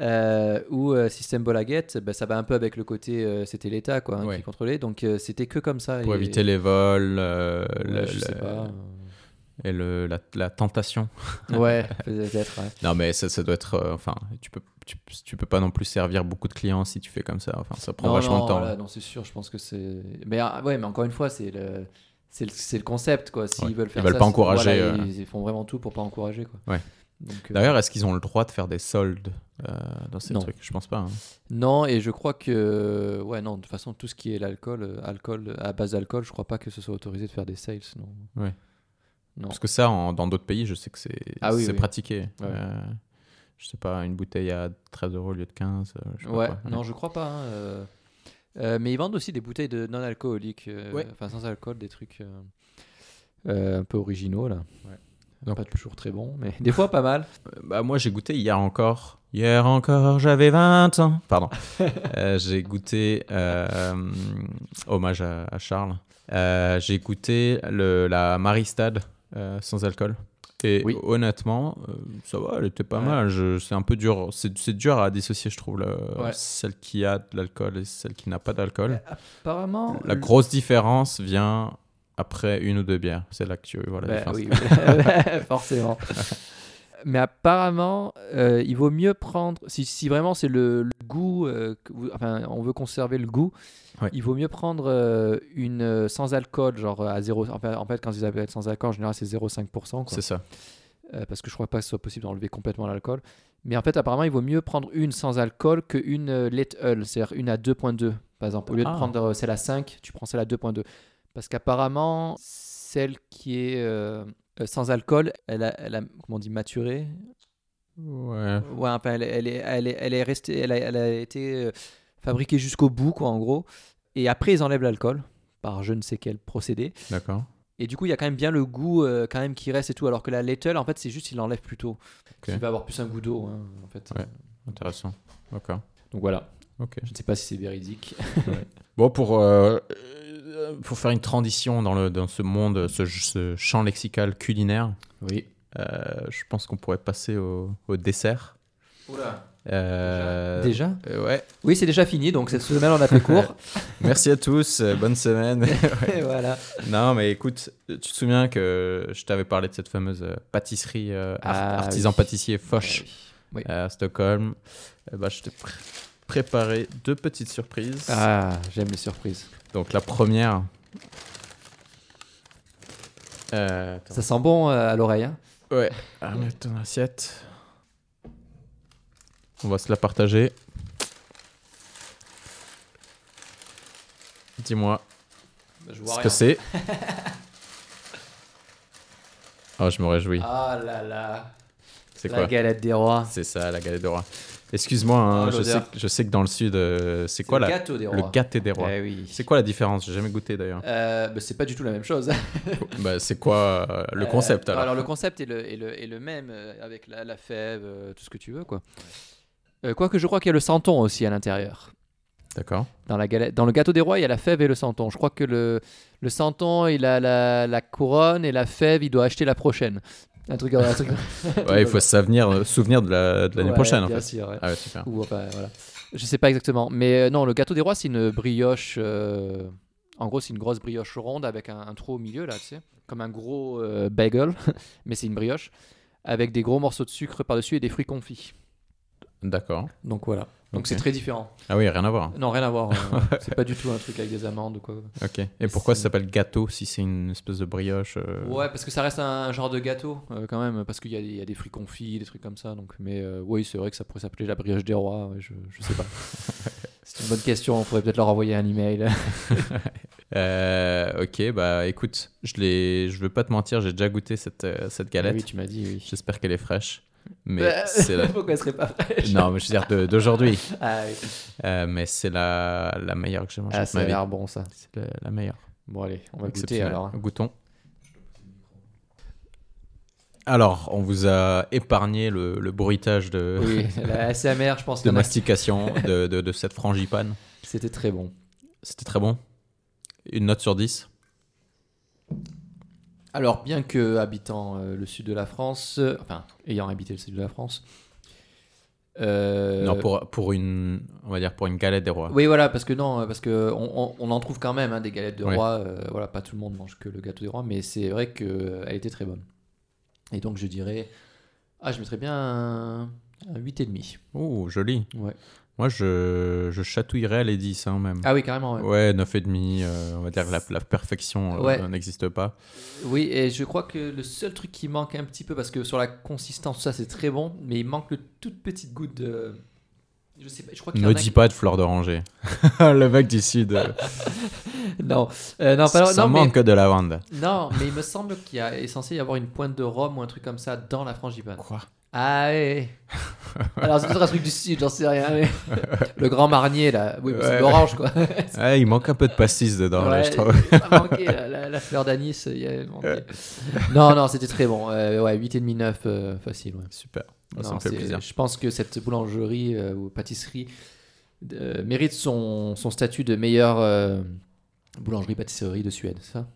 Speaker 2: euh, où euh, système Bolaget, bah, ça va un peu avec le côté, euh, c'était l'État quoi, hein,
Speaker 1: Ouais.
Speaker 2: qui contrôlait. Donc euh, c'était que comme ça.
Speaker 1: Pour
Speaker 2: et-
Speaker 1: éviter les vols euh,
Speaker 2: Ouais,
Speaker 1: le-
Speaker 2: je
Speaker 1: le-
Speaker 2: sais pas. euh,
Speaker 1: et le- la, la tentation.
Speaker 2: ouais, peut-être. ouais.
Speaker 1: Non, mais ça, ça doit être. euh, enfin, tu peux, tu, tu peux pas non plus servir beaucoup de clients si tu fais comme ça. Enfin, ça prend
Speaker 2: Non,
Speaker 1: vachement
Speaker 2: non,
Speaker 1: de temps.
Speaker 2: voilà, non, c'est sûr. Je pense que c'est. Mais ah, ouais, mais encore une fois, c'est le. C'est le, c'est le concept, quoi. S'ils
Speaker 1: Ouais.
Speaker 2: veulent faire
Speaker 1: Ils veulent
Speaker 2: ça,
Speaker 1: pas
Speaker 2: c'est-
Speaker 1: encourager,
Speaker 2: voilà,
Speaker 1: euh.
Speaker 2: ils, ils font vraiment tout pour pas encourager, quoi.
Speaker 1: Ouais. Bah,
Speaker 2: Donc, euh,
Speaker 1: D'ailleurs, est-ce qu'ils ont le droit de faire des soldes euh, dans ces
Speaker 2: Non.
Speaker 1: trucs Je pense pas. hein.
Speaker 2: Non, et je crois que. Ouais, non, de toute façon, tout ce qui est l'alcool, euh, alcool, euh, à base d'alcool, je crois pas que ce soit autorisé de faire des sales, non.
Speaker 1: Ouais.
Speaker 2: Non.
Speaker 1: Parce que ça, en- dans d'autres pays, je sais que c'est
Speaker 2: Ah oui,
Speaker 1: c'est
Speaker 2: oui.
Speaker 1: pratiqué.
Speaker 2: Ouais.
Speaker 1: Euh, je sais pas, une bouteille à 13 euros au lieu de 15. euh, je sais pas
Speaker 2: ouais,
Speaker 1: quoi.
Speaker 2: non, je crois pas. hein, euh. Euh, mais ils vendent aussi des bouteilles de non alcooliques, euh,
Speaker 1: Ouais.
Speaker 2: enfin sans alcool, des trucs euh, euh, un peu originaux là.
Speaker 1: Ouais.
Speaker 2: Donc, pas toujours très bon, mais des fois pas mal.
Speaker 1: Euh, Bah, moi, j'ai goûté hier encore. Hier encore, j'avais 20 ans. Pardon. Euh, j'ai goûté. euh, hommage à, à Charles. Euh, j'ai goûté le, la Maristade euh, sans alcool. Et
Speaker 2: Oui.
Speaker 1: honnêtement, euh, ça va, elle était pas
Speaker 2: Ouais.
Speaker 1: mal. Je- C'est un peu dur. C'est c'est dur à dissocier, je trouve, le-
Speaker 2: Ouais. Euh,
Speaker 1: celle qui a de l'alcool et celle qui n'a pas d'alcool.
Speaker 2: Apparemment.
Speaker 1: La
Speaker 2: le-
Speaker 1: grosse différence vient après une ou deux bières. C'est là que tu vois la
Speaker 2: Bah
Speaker 1: différence.
Speaker 2: oui, forcément. Mais apparemment, euh, il vaut mieux prendre, si, si vraiment c'est le, le goût, euh, que vous- enfin on veut conserver le goût,
Speaker 1: Ouais.
Speaker 2: il vaut mieux prendre euh, une euh, sans alcool, genre euh, à 0, en fait, en fait, quand ils appellent sans alcool, en général c'est 0,5%, quoi.
Speaker 1: C'est ça.
Speaker 2: Euh, parce que je crois pas que ce soit possible d'enlever complètement l'alcool. Mais en fait apparemment il vaut mieux prendre une sans alcool que une euh, let hull, c'est-à-dire une à 2,2 par exemple. Au lieu
Speaker 1: Ah.
Speaker 2: de prendre euh, celle à 5, tu prends celle à 2,2. Parce qu'apparemment, celle qui est euh, euh, sans alcool, elle a, elle a, comment on dit, maturé.
Speaker 1: Ouais.
Speaker 2: Ouais, enfin, elle, elle est, elle, est, elle est restée, elle a, elle a été euh, fabriquée jusqu'au bout, quoi, en gros. Et après, ils enlèvent l'alcool par je ne sais quel procédé.
Speaker 1: D'accord.
Speaker 2: Et du coup, il y a quand même bien le goût euh, quand même qui reste et tout. Alors que la Lettel, en fait, c'est juste il l'enlève plus tôt.
Speaker 1: Ok.
Speaker 2: Il va avoir plus un goût d'eau, hein, en fait.
Speaker 1: Ouais. Intéressant. D'accord.
Speaker 2: Donc voilà.
Speaker 1: Ok.
Speaker 2: Je ne sais pas si c'est véridique.
Speaker 1: Bon, pour, euh, euh, pour faire une transition dans, le, dans ce monde, ce, ce champ lexical culinaire,
Speaker 2: Oui.
Speaker 1: euh, je pense qu'on pourrait passer au, au dessert.
Speaker 2: Oula.
Speaker 1: Euh,
Speaker 2: Déjà
Speaker 1: euh, Ouais.
Speaker 2: Oui, c'est déjà fini. Donc cette semaine, on a fait court.
Speaker 1: Merci à tous. euh, bonne semaine.
Speaker 2: et voilà.
Speaker 1: non, mais écoute, tu te souviens que je t'avais parlé de cette fameuse euh, pâtisserie euh, ar-
Speaker 2: Ah,
Speaker 1: artisan
Speaker 2: oui.
Speaker 1: pâtissier Foch
Speaker 2: Ah oui.
Speaker 1: à Stockholm. Eh ben, je t'ai pr- préparé deux petites surprises.
Speaker 2: Ah, j'aime les surprises.
Speaker 1: Donc la première. Euh, attends.
Speaker 2: Ça sent bon euh, à l'oreille. hein.
Speaker 1: Ouais, à mettre ton assiette. On va se la partager. Dis-moi ce que c'est. Oh, je me réjouis.
Speaker 2: Ah là là.
Speaker 1: c'est
Speaker 2: La
Speaker 1: quoi
Speaker 2: galette des rois.
Speaker 1: C'est ça, la galette de roi. Excuse-moi, hein,
Speaker 2: Oh,
Speaker 1: je, sais,
Speaker 2: l'odeur.
Speaker 1: je sais que dans le sud, euh, c'est quoi
Speaker 2: le
Speaker 1: la...
Speaker 2: gâteau des rois.
Speaker 1: le gâté des rois
Speaker 2: Eh oui.
Speaker 1: C'est quoi la différence J'ai jamais goûté d'ailleurs.
Speaker 2: Euh, bah, c'est pas du tout la même chose.
Speaker 1: Bah, c'est quoi euh, le
Speaker 2: Eh Euh,
Speaker 1: concept
Speaker 2: alors.
Speaker 1: alors
Speaker 2: le concept est le, est le, est le même euh, avec la, la fève, euh, tout ce que tu veux quoi. Euh, Quoique je crois qu'il y a le santon aussi à l'intérieur.
Speaker 1: D'accord.
Speaker 2: Dans, la galette, dans le gâteau des rois, il y a la fève et le santon. Je crois que le, le santon, il a la, la couronne et la fève, il doit acheter la prochaine. Un truc, un truc-
Speaker 1: Ouais, il faut s'avenir, euh, souvenir de la- de l'année
Speaker 2: Ouais,
Speaker 1: prochaine en
Speaker 2: bien
Speaker 1: fait.
Speaker 2: sûr, ouais.
Speaker 1: Ah ouais, super.
Speaker 2: Ou, enfin, voilà. Je sais pas exactement. Mais euh, non, le gâteau des rois, c'est une brioche. euh, En gros, c'est une grosse brioche ronde avec un, un trou au milieu, là, tu sais. Comme un gros euh, bagel, mais c'est une brioche. Avec des gros morceaux de sucre par-dessus et des fruits confits.
Speaker 1: D'accord.
Speaker 2: Donc voilà. Donc
Speaker 1: Ok.
Speaker 2: c'est très différent.
Speaker 1: Ah oui, rien à voir.
Speaker 2: Non, rien à voir. euh, c'est pas du tout un truc avec des amandes ou quoi.
Speaker 1: Ok. Et pourquoi
Speaker 2: c'est-
Speaker 1: ça s'appelle gâteau si c'est une espèce de brioche euh,
Speaker 2: Ouais, parce que ça reste un genre de gâteau euh, quand même, parce qu'il y, a- il y a des fruits confits, des trucs comme ça. Donc, mais euh, oui, c'est vrai que ça pourrait s'appeler la brioche des rois. ouais, je, je sais pas. c'est une bonne question. On pourrait peut-être leur envoyer un email.
Speaker 1: Euh, ok, bah écoute, je l'ai, je veux pas te mentir, j'ai déjà goûté cette, euh, cette galette.
Speaker 2: Ah Oui, tu m'as dit. Oui.
Speaker 1: J'espère qu'elle est fraîche. Mais
Speaker 2: Bah,
Speaker 1: c'est la...
Speaker 2: Pourquoi elle serait pas fraîche
Speaker 1: non, mais je veux dire de- d'aujourd'hui.
Speaker 2: Ah, oui.
Speaker 1: Euh, mais c'est la, la meilleure que j'ai mangée
Speaker 2: Ah,
Speaker 1: de
Speaker 2: ça
Speaker 1: ma
Speaker 2: a
Speaker 1: vie.
Speaker 2: l'air bon ça.
Speaker 1: C'est la, la meilleure.
Speaker 2: Bon allez, on va goûter
Speaker 1: Exceptionnelle.
Speaker 2: alors. hein.
Speaker 1: Goûtons. Alors, on vous a épargné le, le bruitage de,
Speaker 2: Oui, elle est assez amère, je
Speaker 1: de
Speaker 2: pense. qu'il y en a-
Speaker 1: mastication de, de- de cette frangipane.
Speaker 2: C'était très bon.
Speaker 1: C'était très bon. Une note sur 10.
Speaker 2: Alors, bien que habitant euh, le sud de la France, euh, enfin, ayant habité le sud de la France. euh,
Speaker 1: Non, pour, pour une, on va dire pour une galette des rois.
Speaker 2: Oui, voilà, parce que non, parce que on, on- on en trouve quand même hein, des galettes de
Speaker 1: Ouais.
Speaker 2: roi. euh, voilà, pas tout le monde mange que le gâteau des rois, mais c'est vrai que euh, elle était très bonne. Et donc je dirais, ah, je mettrais bien un, un 8,5.
Speaker 1: Oh, joli.
Speaker 2: Ouais.
Speaker 1: Moi, je, je chatouillerais les 10 hein, même.
Speaker 2: Ah oui, carrément. ouais.
Speaker 1: Ouais, 9,5, euh, on va dire que la, la perfection euh,
Speaker 2: Ouais.
Speaker 1: n'existe pas.
Speaker 2: Oui, et je crois que le seul truc qui manque un petit peu, parce que sur la consistance, ça c'est très bon, mais il manque le toute petite goutte de. Je sais pas, je crois qu'il y en
Speaker 1: Ne
Speaker 2: a
Speaker 1: dis
Speaker 2: qui-
Speaker 1: pas de fleur d'oranger. le mec du sud, euh,
Speaker 2: Non, euh, non, pas-
Speaker 1: ça
Speaker 2: non, mais-
Speaker 1: manque de lavande.
Speaker 2: non, mais il me semble qu'il y a est censé y avoir une pointe de rhum ou un truc comme ça dans la frangipane.
Speaker 1: Quoi
Speaker 2: Ah ouais. Alors c'est peut-être un truc du sud, j'en sais rien. mais- Le grand marnier là, oui, mais c'est
Speaker 1: Ouais.
Speaker 2: de l'orange quoi.
Speaker 1: Ouais, il manque un peu de pastis dedans, là,
Speaker 2: Ouais,
Speaker 1: je trouve.
Speaker 2: ça manquait, la, la- la fleur d'anis, il y avait manqué. Non, non, c'était très bon. Euh, ouais, 8,5, 9, euh, facile. ouais.
Speaker 1: Super, ça
Speaker 2: Non,
Speaker 1: me fait
Speaker 2: c'est-
Speaker 1: plaisir.
Speaker 2: Je pense que cette boulangerie euh, ou pâtisserie euh, mérite son, son statut de meilleure euh, boulangerie-pâtisserie de Suède, c'est ça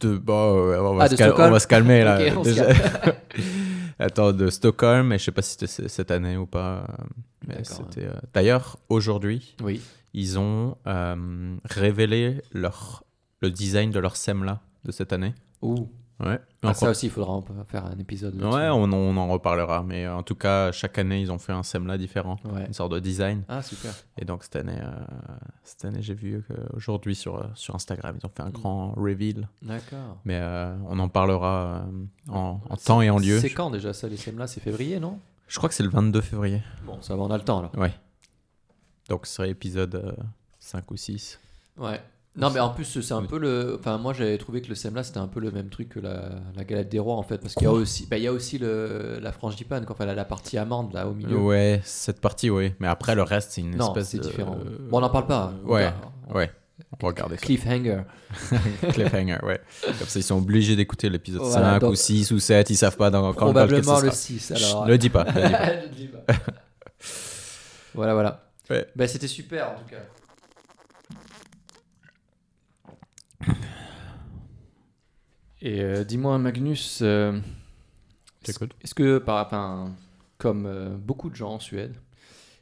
Speaker 1: De, bah, euh, on, va
Speaker 2: Ah,
Speaker 1: se
Speaker 2: de
Speaker 1: cal-
Speaker 2: Stockholm
Speaker 1: on va se calmer là.
Speaker 2: Ok, on se
Speaker 1: Déjà-
Speaker 2: calme.
Speaker 1: Attends, de Stockholm, et je sais pas si c'était c- cette année ou pas. euh, mais
Speaker 2: D'accord,
Speaker 1: c'était, euh, D'ailleurs, aujourd'hui,
Speaker 2: Oui.
Speaker 1: ils ont euh, révélé leur, le design de leur semla de cette année.
Speaker 2: Ouh.
Speaker 1: Ouais.
Speaker 2: Ah,
Speaker 1: Encore-
Speaker 2: ça aussi, il faudra en faire un épisode.
Speaker 1: Ouais,
Speaker 2: là-dessus.
Speaker 1: on, on en reparlera. Mais euh, en tout cas, chaque année, ils ont fait un semla différent,
Speaker 2: Ouais.
Speaker 1: une sorte de design.
Speaker 2: Ah, super.
Speaker 1: Et donc cette année, euh, cette année j'ai vu qu'aujourd'hui sur, euh, sur Instagram, ils ont
Speaker 2: Mm.
Speaker 1: fait un grand reveal.
Speaker 2: D'accord.
Speaker 1: Mais euh, on en parlera euh, en, en temps et en lieu.
Speaker 2: C'est quand déjà ça, les SEMLA C'est février, non
Speaker 1: Je crois que c'est le 22 février.
Speaker 2: Bon, ça va, on a le temps alors.
Speaker 1: Ouais. Donc ce serait épisode euh, 5 ou 6.
Speaker 2: Ouais. Non, mais en plus, c'est un peu le. Enfin, moi, j'avais trouvé que le SEMLA, c'était un peu le même truc que la, la galette des rois, en fait. Parce qu'il y a aussi, bah, il y a aussi le, la frangipane, quoi. Enfin, la, la partie amande, là, au milieu.
Speaker 1: Ouais, cette partie, oui. Mais après, le reste, c'est une
Speaker 2: non,
Speaker 1: espèce
Speaker 2: c'est
Speaker 1: de... euh,
Speaker 2: différent. Bon, on n'en parle pas. hein.
Speaker 1: Ouais,
Speaker 2: On-
Speaker 1: ouais. On va regarder ça.
Speaker 2: Cliffhanger.
Speaker 1: Cliffhanger, ouais. Comme ça, ils sont obligés d'écouter l'épisode
Speaker 2: Voilà,
Speaker 1: 5
Speaker 2: donc-
Speaker 1: ou 6 ou 7. Ils savent pas dans, quand lequel
Speaker 2: Probablement
Speaker 1: ce
Speaker 2: le
Speaker 1: sera.
Speaker 2: 6,
Speaker 1: Chut,
Speaker 2: alors.
Speaker 1: Ne dis pas. ne dis pas.
Speaker 2: Je le dis pas. voilà, voilà.
Speaker 1: Ouais.
Speaker 2: Bah, c'était super, en tout cas. Et euh, dis-moi, Magnus, euh, est-ce
Speaker 1: T'écoute.
Speaker 2: est-ce que, par, enfin, comme euh, beaucoup de gens en Suède,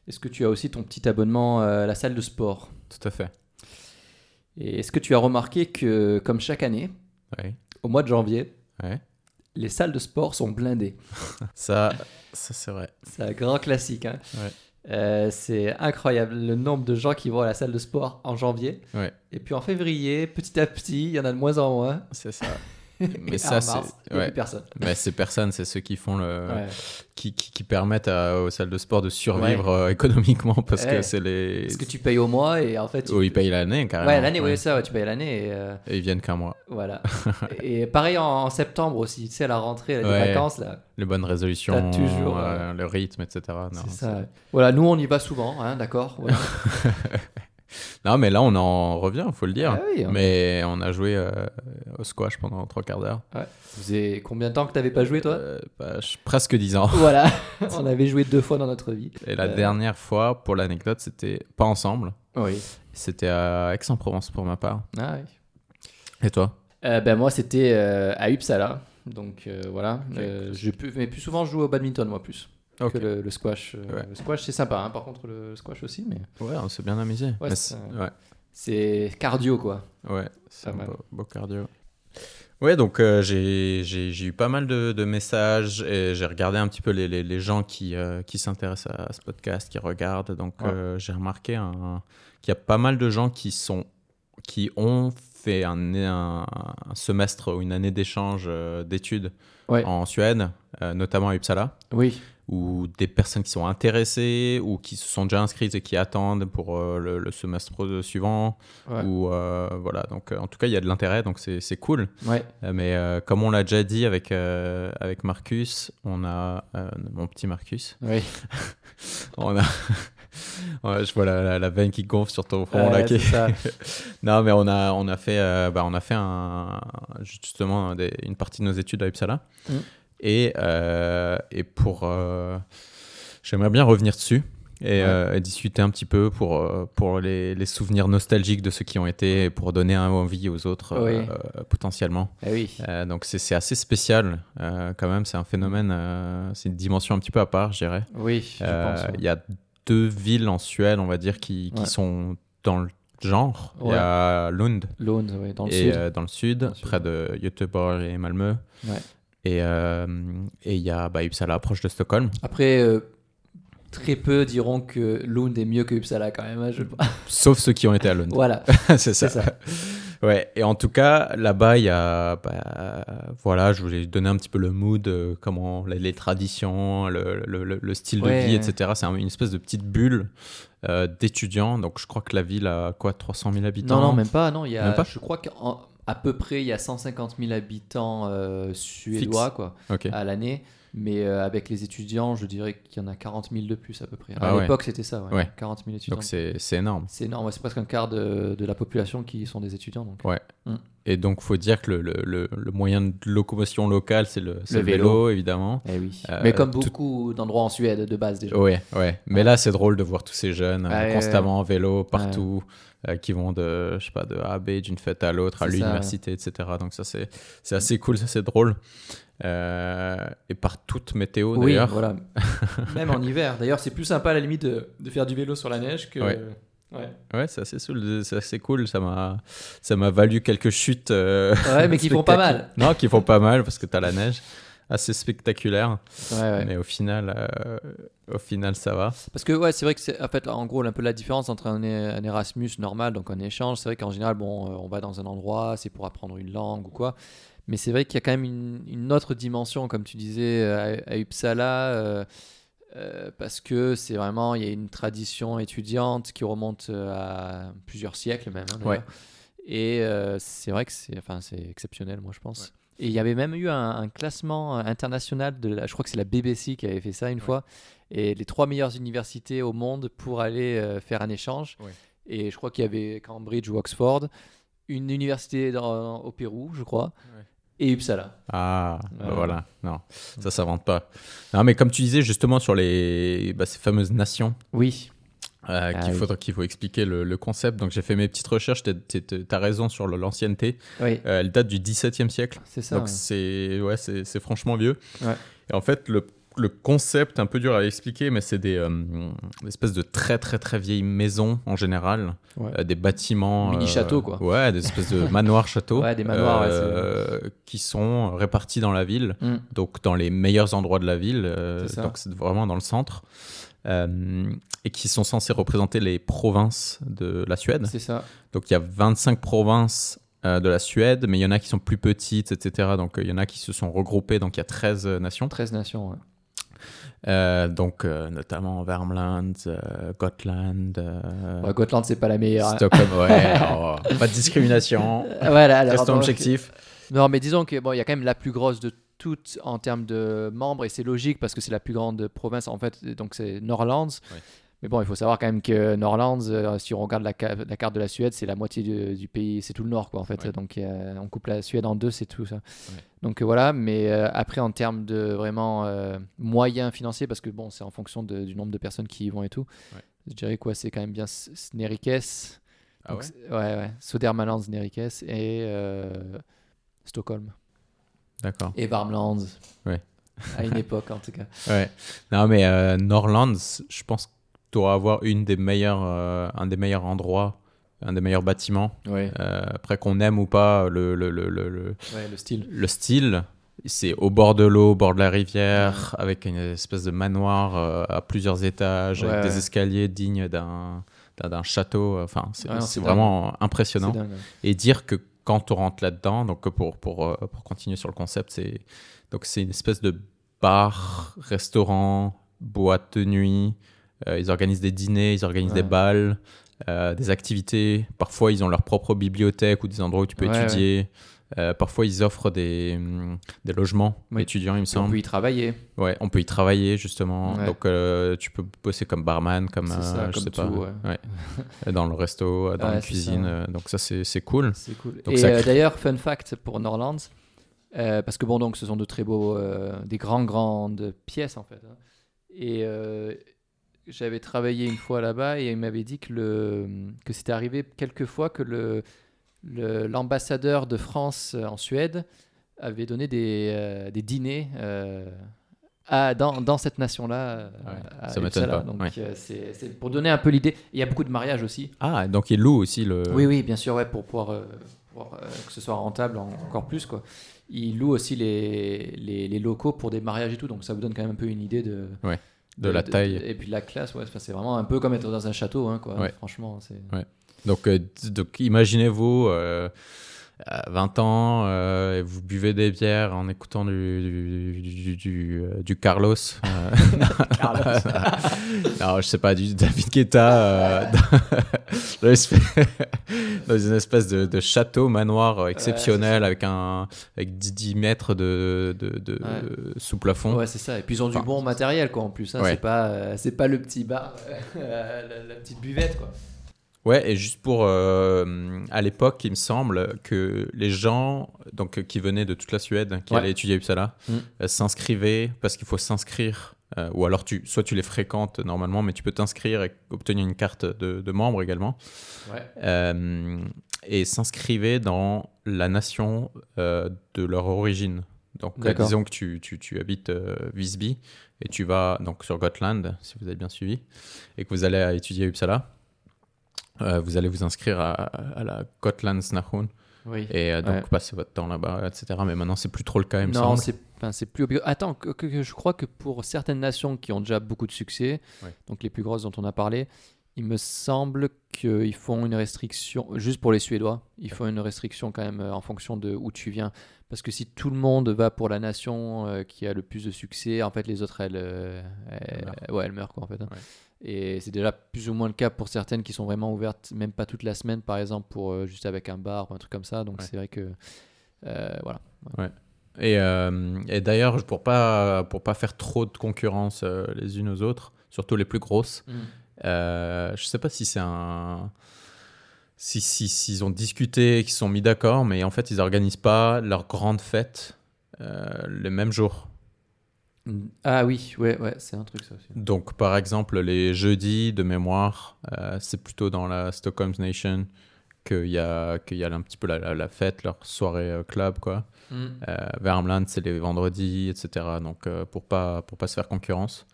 Speaker 2: est-ce que tu as aussi ton petit abonnement euh, à la salle de sport
Speaker 1: Tout à fait.
Speaker 2: Et est-ce que tu as remarqué que, comme chaque année,
Speaker 1: Ouais.
Speaker 2: au mois de janvier,
Speaker 1: Ouais.
Speaker 2: les salles de sport sont blindées
Speaker 1: Ça, ça c'est vrai.
Speaker 2: C'est un grand classique. hein.
Speaker 1: Ouais.
Speaker 2: Euh, c'est incroyable le nombre de gens qui vont à la salle de sport en janvier.
Speaker 1: Ouais.
Speaker 2: Et puis en février, petit à petit, il y en a de moins en moins.
Speaker 1: C'est ça.
Speaker 2: Et
Speaker 1: Mais
Speaker 2: en
Speaker 1: ça, c'est.
Speaker 2: mars, il y a
Speaker 1: ouais.
Speaker 2: plus personne.
Speaker 1: Mais ces personnes, c'est ceux qui font le.
Speaker 2: Ouais.
Speaker 1: Qui, qui, qui permettent à- aux salles de sport de survivre euh, économiquement parce
Speaker 2: Ouais.
Speaker 1: que c'est Oh, les.
Speaker 2: Parce que tu payes au mois et en fait. Tu...
Speaker 1: Où ils payent l'année, carrément.
Speaker 2: Ouais, l'année, ouais, ça, ouais, tu payes l'année. Et, euh,
Speaker 1: Et ils viennent qu'un mois.
Speaker 2: voilà. et pareil en, en septembre aussi, tu sais, à la rentrée, les
Speaker 1: Ouais.
Speaker 2: vacances, là.
Speaker 1: Les bonnes résolutions,
Speaker 2: T'as toujours,
Speaker 1: euh, le rythme, etc. Non,
Speaker 2: c'est ça. Voilà, nous, on y va souvent, hein, d'accord voilà.
Speaker 1: c'est- non, mais là, on en revient, faut le dire.
Speaker 2: Ah oui, on-
Speaker 1: Mais on a joué euh, au squash pendant trois quarts d'heure.
Speaker 2: ouais. Ça faisait combien de temps que t'avais pas joué, toi
Speaker 1: Euh, bah, je- presque dix ans.
Speaker 2: Voilà, on avait joué deux fois dans notre vie.
Speaker 1: Et la
Speaker 2: Euh,
Speaker 1: dernière fois, pour l'anecdote, c'était pas ensemble.
Speaker 2: Oui.
Speaker 1: C'était à Aix-en-Provence pour ma part.
Speaker 2: Ah oui.
Speaker 1: Et toi
Speaker 2: Euh, ben moi c'était euh, à Uppsala donc euh, voilà
Speaker 1: Ok.
Speaker 2: Euh, je pu- mais plus souvent je joue au badminton moi plus
Speaker 1: Ok.
Speaker 2: que le, le squash. Euh,
Speaker 1: Ouais.
Speaker 2: Le squash, c'est sympa, hein, par contre, le squash aussi, mais
Speaker 1: Ouais, on s'est bien amusé.
Speaker 2: Ouais,
Speaker 1: Mais
Speaker 2: c'est-
Speaker 1: c'est- ouais,
Speaker 2: c'est cardio, quoi.
Speaker 1: ouais, c'est
Speaker 2: Pas
Speaker 1: un
Speaker 2: mal.
Speaker 1: beau, beau cardio. Ouais, donc euh, j'ai j'ai- j'ai eu pas mal de, de messages et j'ai regardé un petit peu les, les- les gens qui, euh, qui s'intéressent à, ce podcast, qui regardent. Donc
Speaker 2: Ouais.
Speaker 1: euh, j'ai remarqué un- qu'il y a pas mal de gens qui, sont, qui ont fait un, un- un semestre ou une année d'échange euh, d'études
Speaker 2: Ouais.
Speaker 1: en Suède, euh, notamment à Uppsala.
Speaker 2: Oui,
Speaker 1: ou des personnes qui sont intéressées ou qui se sont déjà inscrites et qui attendent pour euh, le, le semestre suivant
Speaker 2: Ouais.
Speaker 1: ou euh, voilà donc euh, en tout cas il y a de l'intérêt donc c'est c'est cool
Speaker 2: ouais,
Speaker 1: Euh, mais euh, comme on l'a déjà dit avec euh, avec Marcus on a euh, mon petit Marcus
Speaker 2: oui.
Speaker 1: on a Ouais, je vois la, la- la veine qui gonfle sur ton front là,
Speaker 2: Ouais,
Speaker 1: qui-
Speaker 2: Euh, c'est ça.
Speaker 1: non mais on a on a fait euh, bah, on a fait un, justement des- une partie de nos études à Uppsala
Speaker 2: Mm.
Speaker 1: et euh, et pour euh, j'aimerais bien revenir dessus et, euh, et discuter un petit peu pour euh, pour les, les souvenirs nostalgiques de ceux qui ont été et pour donner un- envie aux autres euh,
Speaker 2: Oui.
Speaker 1: euh, potentiellement
Speaker 2: Eh oui.
Speaker 1: Euh, donc c'est c'est assez spécial euh, quand même c'est un phénomène euh, c'est une dimension un petit peu à part je dirais
Speaker 2: Oui, je
Speaker 1: euh,
Speaker 2: pense. ouais.
Speaker 1: Il y a deux villes en Suède, on va dire, qui, qui
Speaker 2: Ouais.
Speaker 1: sont dans le genre. Il
Speaker 2: Ouais.
Speaker 1: y a Lund
Speaker 2: Lund, ouais, dans le
Speaker 1: et,
Speaker 2: sud.
Speaker 1: euh, dans le sud,
Speaker 2: Dans le sud.
Speaker 1: près de Göteborg et Malmö.
Speaker 2: Ouais.
Speaker 1: Et euh, et il y a bah, Uppsala, proche de Stockholm.
Speaker 2: Après, euh, très peu diront que Lund est mieux que Uppsala quand même. hein, je...
Speaker 1: Sauf ceux qui ont été à Lund.
Speaker 2: voilà.
Speaker 1: c'est ça.
Speaker 2: C'est ça.
Speaker 1: Ouais. Et en tout cas, là-bas, il y a. bah, voilà, je voulais donner un petit peu le mood, euh, comment les, les traditions, le, le- le- le style
Speaker 2: Ouais,
Speaker 1: de vie,
Speaker 2: ouais.
Speaker 1: etc. C'est un- une espèce de petite bulle euh, d'étudiants. Donc, je crois que la ville a quoi 300 000 habitants
Speaker 2: Non, non, même pas. Non, il y a,
Speaker 1: Même pas
Speaker 2: je crois qu'à peu près, il y a 150 000 habitants euh, suédois quoi,
Speaker 1: Ok.
Speaker 2: à l'année. Mais euh, avec les étudiants, je dirais qu'il y en a 40 000 de plus à peu près.
Speaker 1: Ah
Speaker 2: à
Speaker 1: ouais.
Speaker 2: l'époque, c'était ça. ouais,
Speaker 1: Ouais.
Speaker 2: 40 000 étudiants.
Speaker 1: Donc c'est c'est énorme.
Speaker 2: C'est énorme. ouais, C'est presque un quart de, de la population qui sont des étudiants. Donc.
Speaker 1: Et donc faut dire que le, le- le- le moyen de locomotion locale, c'est le, c'est le vélo,
Speaker 2: vélo.
Speaker 1: évidemment.
Speaker 2: Eh oui.
Speaker 1: Euh,
Speaker 2: Mais comme
Speaker 1: tout-
Speaker 2: beaucoup d'endroits en Suède de base déjà.
Speaker 1: Ouais, ouais. Mais
Speaker 2: Ouais.
Speaker 1: là, c'est drôle de voir tous ces jeunes euh,
Speaker 2: Ouais, ouais,
Speaker 1: constamment en vélo partout, euh, qui vont de, je sais pas, de A à B, d'une fête à l'autre, à
Speaker 2: C'est ça,
Speaker 1: l'université, etc. Donc ça, c'est c'est assez cool, ça, c'est drôle. Euh, et par toute météo,
Speaker 2: Oui,
Speaker 1: Oh, d'ailleurs.
Speaker 2: voilà. Même en hiver. D'ailleurs, c'est plus sympa à la limite de, de faire du vélo sur la neige que.
Speaker 1: Ouais.
Speaker 2: Ouais.
Speaker 1: Ouais, c'est assez, soul- c'est assez cool. Ça m'a ça m'a valu quelques chutes. euh,
Speaker 2: Ouais, mais qui font pas mal.
Speaker 1: non, qui font pas mal, parce que t'as la neige. Assez spectaculaire.
Speaker 2: Ouais, ouais.
Speaker 1: Mais au final, euh, au final, ça va.
Speaker 2: Parce que ouais, c'est vrai que c'est en fait là, en gros un peu la différence entre un, é- un Erasmus normal, donc un échange, c'est vrai qu'en général bon, euh, on va dans un endroit, c'est pour apprendre une langue ou quoi. Mais c'est vrai qu'il y a quand même une, une autre dimension, comme tu disais euh, à, à Uppsala, euh, euh, parce que c'est vraiment il y a une tradition étudiante qui remonte euh, à plusieurs siècles même. hein, d'ailleurs.
Speaker 1: Ouais.
Speaker 2: Et euh, c'est vrai que c'est enfin c'est exceptionnel, moi je pense. Et il y avait même eu un, un classement international, de la- je crois que c'est la BBC qui avait fait ça une fois, et les trois meilleures universités au monde pour aller euh, faire un échange.
Speaker 1: Ouais.
Speaker 2: Et je crois qu'il y avait Cambridge ou Oxford, une université dans- au Pérou, je crois,
Speaker 1: Ouais.
Speaker 2: et Uppsala.
Speaker 1: Ah, bah
Speaker 2: Ouais.
Speaker 1: voilà. Non, ça, ça vante pas. Non, mais comme tu disais justement sur les, bah, ces fameuses nations
Speaker 2: Oui,
Speaker 1: euh,
Speaker 2: Ah
Speaker 1: qu'il
Speaker 2: oui.
Speaker 1: faudra- qu'il faut expliquer le, le concept. Donc, j'ai fait mes petites recherches. T'es- t'es- t'es- T'as raison sur le- l'ancienneté.
Speaker 2: oui,
Speaker 1: Euh, elle date du XVIIe siècle.
Speaker 2: c'est ça.
Speaker 1: Donc, c'est ouais, c'est c'est franchement vieux.
Speaker 2: Ouais.
Speaker 1: Et en fait, le, le concept, un peu dur à expliquer, mais c'est des, euh, des espèces de très, très, très vieilles maisons en général.
Speaker 2: Ouais.
Speaker 1: Euh, des bâtiments.
Speaker 2: Mini châteaux, quoi.
Speaker 1: Ouais, des espèces de manoirs-châteaux.
Speaker 2: Ouais, des manoirs, ouais,
Speaker 1: qui sont répartis dans la ville
Speaker 2: Mm.
Speaker 1: donc dans les meilleurs endroits de la ville, euh,
Speaker 2: C'est ça.
Speaker 1: donc c'est vraiment dans le centre, euh, et qui sont censés représenter les provinces de la Suède.
Speaker 2: C'est ça.
Speaker 1: Donc il y a 25 provinces euh, de la Suède, mais il y en a qui sont plus petites, etc. Donc euh, il y en a qui se sont regroupées, donc il y a 13 nations.
Speaker 2: 13 nations. ouais.
Speaker 1: Euh, donc euh, notamment Värmland, euh, Gotland, euh,
Speaker 2: Bon, Bah, Gotland, c'est pas la meilleure. hein.
Speaker 1: Stockholm, ouais, oh, pas de discrimination,
Speaker 2: Voilà, alors,
Speaker 1: restons
Speaker 2: donc,
Speaker 1: objectifs.
Speaker 2: Non, mais disons que bon, il y a quand même la plus grosse de toutes en termes de membres et c'est logique parce que c'est la plus grande province en fait, donc c'est Norlands.
Speaker 1: Ouais.
Speaker 2: Mais bon, il faut savoir quand même que Norlands, euh, si on regarde la, ca- la carte de la Suède, c'est la moitié du, du pays, c'est tout le nord quoi en fait.
Speaker 1: Ouais.
Speaker 2: Donc euh, on coupe la Suède en deux, c'est tout ça. Donc euh, voilà, mais euh, après en termes de vraiment euh, moyens financiers, parce que bon, c'est en fonction de- du nombre de personnes qui y vont et tout.
Speaker 1: Ouais.
Speaker 2: Je dirais quoi, c'est quand même bien S- Snerikes,
Speaker 1: Ah
Speaker 2: donc,
Speaker 1: ouais
Speaker 2: c'est- ouais, ouais. Södermanland, Nerikes et euh, Stockholm.
Speaker 1: D'accord.
Speaker 2: Et Varmland.
Speaker 1: Ouais.
Speaker 2: à une époque en tout cas.
Speaker 1: Ouais. Non, mais euh, Norlands, je pense que tu auras avoir une des meilleures, euh, un des meilleurs endroits, un des meilleurs bâtiments.
Speaker 2: Ouais,
Speaker 1: Euh, après qu'on aime ou pas le, le, le, le, le-
Speaker 2: ouais le style.
Speaker 1: le style, c'est au bord de l'eau, au bord de la rivière, avec une espèce de manoir euh, à plusieurs étages,
Speaker 2: Ouais,
Speaker 1: avec
Speaker 2: ouais.
Speaker 1: des escaliers dignes d'un d'un- d'un château. Enfin, c'est
Speaker 2: Ouais, non,
Speaker 1: c'est
Speaker 2: c'est
Speaker 1: vraiment
Speaker 2: C'est
Speaker 1: impressionnant.
Speaker 2: dingue. ouais.
Speaker 1: Et dire que quand on rentre là-dedans, donc euh, pour, pour, euh, pour continuer sur le concept, c'est donc c'est une espèce de bar, restaurant, boîte de nuit. Euh, ils organisent des dîners, ils organisent
Speaker 2: Ouais.
Speaker 1: des balles, euh, des activités. Parfois, ils ont leur propre bibliothèque ou des endroits où tu peux
Speaker 2: Ouais,
Speaker 1: étudier. Euh, parfois, ils offrent des, hum, des logements
Speaker 2: Oui.
Speaker 1: étudiants, il me
Speaker 2: Puis On
Speaker 1: semble.
Speaker 2: peut y travailler.
Speaker 1: Ouais, on peut y travailler justement.
Speaker 2: Ouais.
Speaker 1: Donc, euh, tu peux bosser comme barman, comme,
Speaker 2: C'est
Speaker 1: euh,
Speaker 2: ça,
Speaker 1: je
Speaker 2: comme
Speaker 1: sais
Speaker 2: tout,
Speaker 1: pas,
Speaker 2: ouais.
Speaker 1: Ouais. dans le resto, dans
Speaker 2: Ouais,
Speaker 1: la
Speaker 2: c'est ça,
Speaker 1: cuisine.
Speaker 2: ouais.
Speaker 1: euh, Donc, ça, c'est c'est cool.
Speaker 2: C'est cool.
Speaker 1: Hmm. Donc
Speaker 2: et
Speaker 1: ça
Speaker 2: euh,
Speaker 1: crée-
Speaker 2: d'ailleurs, fun fact pour Norlands, euh, parce que bon, donc ce sont de très beaux, euh, des grandes, grandes pièces en fait. hein. Et euh, j'avais travaillé une fois là-bas et il m'avait dit que, le, que c'était arrivé quelques fois que le, le- l'ambassadeur de France euh, en Suède avait donné des, euh, des dîners euh, à, dans, dans cette nation-là. euh,
Speaker 1: Ouais,
Speaker 2: à
Speaker 1: ça m'étonne
Speaker 2: Uppsala.
Speaker 1: pas,
Speaker 2: Donc
Speaker 1: ouais.
Speaker 2: euh, c'est, c'est pour donner un peu l'idée. Il y a beaucoup de mariages aussi.
Speaker 1: Ah, donc il loue aussi le.
Speaker 2: Oui, oui, bien sûr, ouais, pour pouvoir, euh, pouvoir, euh, que ce soit rentable en- encore plus. Quoi. Ils louent aussi les, les, les locaux pour des mariages et tout, donc ça vous donne quand même un peu une idée de,
Speaker 1: Ouais, de la taille.
Speaker 2: et puis de la classe, ouais, enfin, c'est vraiment un peu comme être dans un château, hein, quoi.
Speaker 1: Ouais.
Speaker 2: franchement. c'est-
Speaker 1: Donc, euh, d- donc imaginez-vous euh, à 20 ans, euh, et vous buvez des bières en écoutant du, du, du- du, euh, du Carlos. euh, non, je sais pas, du David Guetta. euh, dans, dans l'esp- dans une espèce de, de château manoir euh, exceptionnel avec, un, avec 10 mètres de, de, de
Speaker 2: Ouais.
Speaker 1: sous-plafond.
Speaker 2: Ouais, c'est ça. Et puis ils ont du
Speaker 1: Enfin,
Speaker 2: bon matériel, quoi, en plus. hein,
Speaker 1: Ouais.
Speaker 2: C'est pas, euh, c'est pas le petit bar, euh, la, la petite buvette, quoi.
Speaker 1: Ouais, et juste pour. euh, à l'époque, il me semble que les gens donc, qui venaient de toute la Suède, qui
Speaker 2: Ouais.
Speaker 1: allaient étudier à Uppsala,
Speaker 2: Mm.
Speaker 1: euh, s'inscrivaient parce qu'il faut s'inscrire. euh, ou alors, tu, soit tu les fréquentes normalement, mais tu peux t'inscrire et obtenir une carte de, de membre également.
Speaker 2: Ouais.
Speaker 1: Euh, et s'inscrivaient dans la nation euh, de leur origine. Donc, euh,
Speaker 2: D'accord.
Speaker 1: disons que tu, tu- tu habites euh, Visby et tu vas donc sur Gotland, si vous avez bien suivi, et que vous allez à étudier à Uppsala. euh, vous allez vous inscrire à, à la Gotlandsnation
Speaker 2: Oui.
Speaker 1: et euh, donc
Speaker 2: Ouais.
Speaker 1: passer votre temps là-bas, etc. Mais maintenant, c'est plus trop le cas, il me
Speaker 2: non,
Speaker 1: semble.
Speaker 2: c'est enfin, c'est plus obligatoire. Attends, que, que- que je crois que pour certaines nations qui ont déjà beaucoup de succès,
Speaker 1: Ouais.
Speaker 2: donc les plus grosses dont on a parlé, il me semble qu'ils font une restriction, juste pour les Suédois, ils font une restriction quand même euh, en fonction de où tu viens. Parce que si tout le monde va pour la nation euh, qui a le plus de succès, en fait, les autres, elles, euh, elles- ouais, elles meurent, quoi, en fait. hein. Et c'est déjà plus ou moins le cas pour certaines qui sont vraiment ouvertes, même pas toute la semaine, par exemple, pour euh, juste avec un bar ou un truc comme ça. Donc
Speaker 1: Ouais.
Speaker 2: c'est vrai que. euh, voilà.
Speaker 1: Et, euh, et d'ailleurs, pour pas, pour pas faire trop de concurrence euh, les unes aux autres, surtout les plus grosses, Euh, je sais pas si c'est un. Si, si, s'ils ont discuté, qu'ils se sont mis d'accord, mais en fait, ils organisent pas leur grande fête euh, le même jour.
Speaker 2: Mm. Ah oui, ouais, ouais, c'est un truc ça aussi.
Speaker 1: Donc, par exemple, les jeudis de mémoire, euh, c'est plutôt dans la Stockholm Nation qu'il y a, qu'il y a un petit peu la, la- la fête, leur soirée euh, club, quoi. Euh, Värmland, c'est les vendredis, etc. Donc, euh, pour pas, pour pas se faire concurrence.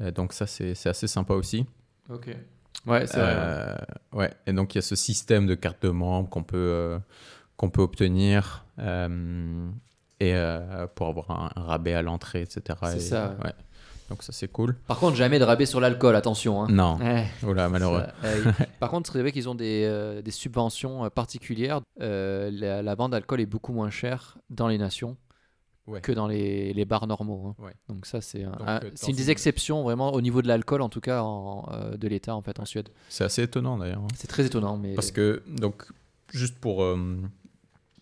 Speaker 1: Euh, donc, ça, c'est c'est assez sympa aussi.
Speaker 2: Ok. Ouais, c'est vrai.
Speaker 1: Euh, ouais, et donc il y a ce système de carte de membre qu'on peut, euh, qu'on peut obtenir euh, et, euh, pour avoir un, un rabais à l'entrée, etc.
Speaker 2: C'est
Speaker 1: Et,
Speaker 2: ça, ouais.
Speaker 1: ouais. Donc ça, c'est cool.
Speaker 2: Par contre, jamais de rabais sur l'alcool, attention. Hein.
Speaker 1: Non,
Speaker 2: Eh,
Speaker 1: oula, malheureux.
Speaker 2: ça, euh, y- Par contre, c'est vrai qu'ils ont des, euh, des subventions euh, particulières. Euh, la, la vente d'alcool est beaucoup moins chère dans les nations
Speaker 1: Ouais.
Speaker 2: que dans les, les bars normaux. hein.
Speaker 1: Ouais.
Speaker 2: Donc ça, c'est un-
Speaker 1: Donc,
Speaker 2: un-
Speaker 1: euh,
Speaker 2: c'est
Speaker 1: dans
Speaker 2: une des
Speaker 1: une-
Speaker 2: exceptions vraiment au niveau de l'alcool, en tout cas en, euh, de l'État en fait en Suède.
Speaker 1: C'est assez étonnant d'ailleurs. hein.
Speaker 2: C'est très étonnant, mais
Speaker 1: Parce que, donc, juste pour, euh,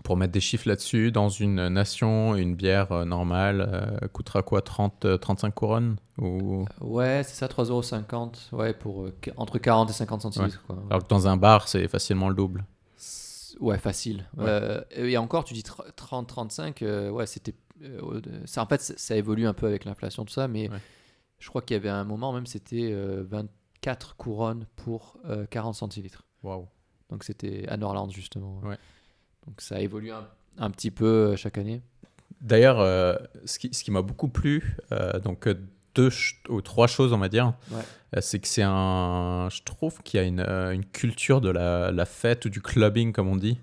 Speaker 1: pour mettre des chiffres là-dessus, dans une nation, une bière euh, normale euh, coûtera quoi 30, euh, 35 couronnes ou...
Speaker 2: Ah ouais, c'est ça, 3,50€ ouais, pour euh, qu- entre 40 et 50 centilitres. Quoi.
Speaker 1: Alors que dans un bar, c'est facilement le double.
Speaker 2: S- Ouais, facile.
Speaker 1: Ouais.
Speaker 2: Euh, et encore, tu dis 30-35, ouais, c'était. euh, au- de- ça, en fait, ça- ça évolue un peu avec l'inflation, tout ça, mais
Speaker 1: Ouais.
Speaker 2: je crois qu'il y avait un moment même, c'était euh, 24 couronnes pour euh, 40 centilitres.
Speaker 1: Waouh.
Speaker 2: Donc c'était à Norland, justement.
Speaker 1: Ouais.
Speaker 2: Donc ça évolue un, un petit peu euh, chaque année.
Speaker 1: D'ailleurs, euh, ce qui, ce qui m'a beaucoup plu, euh, donc euh, deux ch- ou trois choses, on va dire,
Speaker 2: Ouais.
Speaker 1: euh, c'est que c'est un. Je trouve qu'il y a une, euh, une culture de la, la fête ou du clubbing, comme on dit,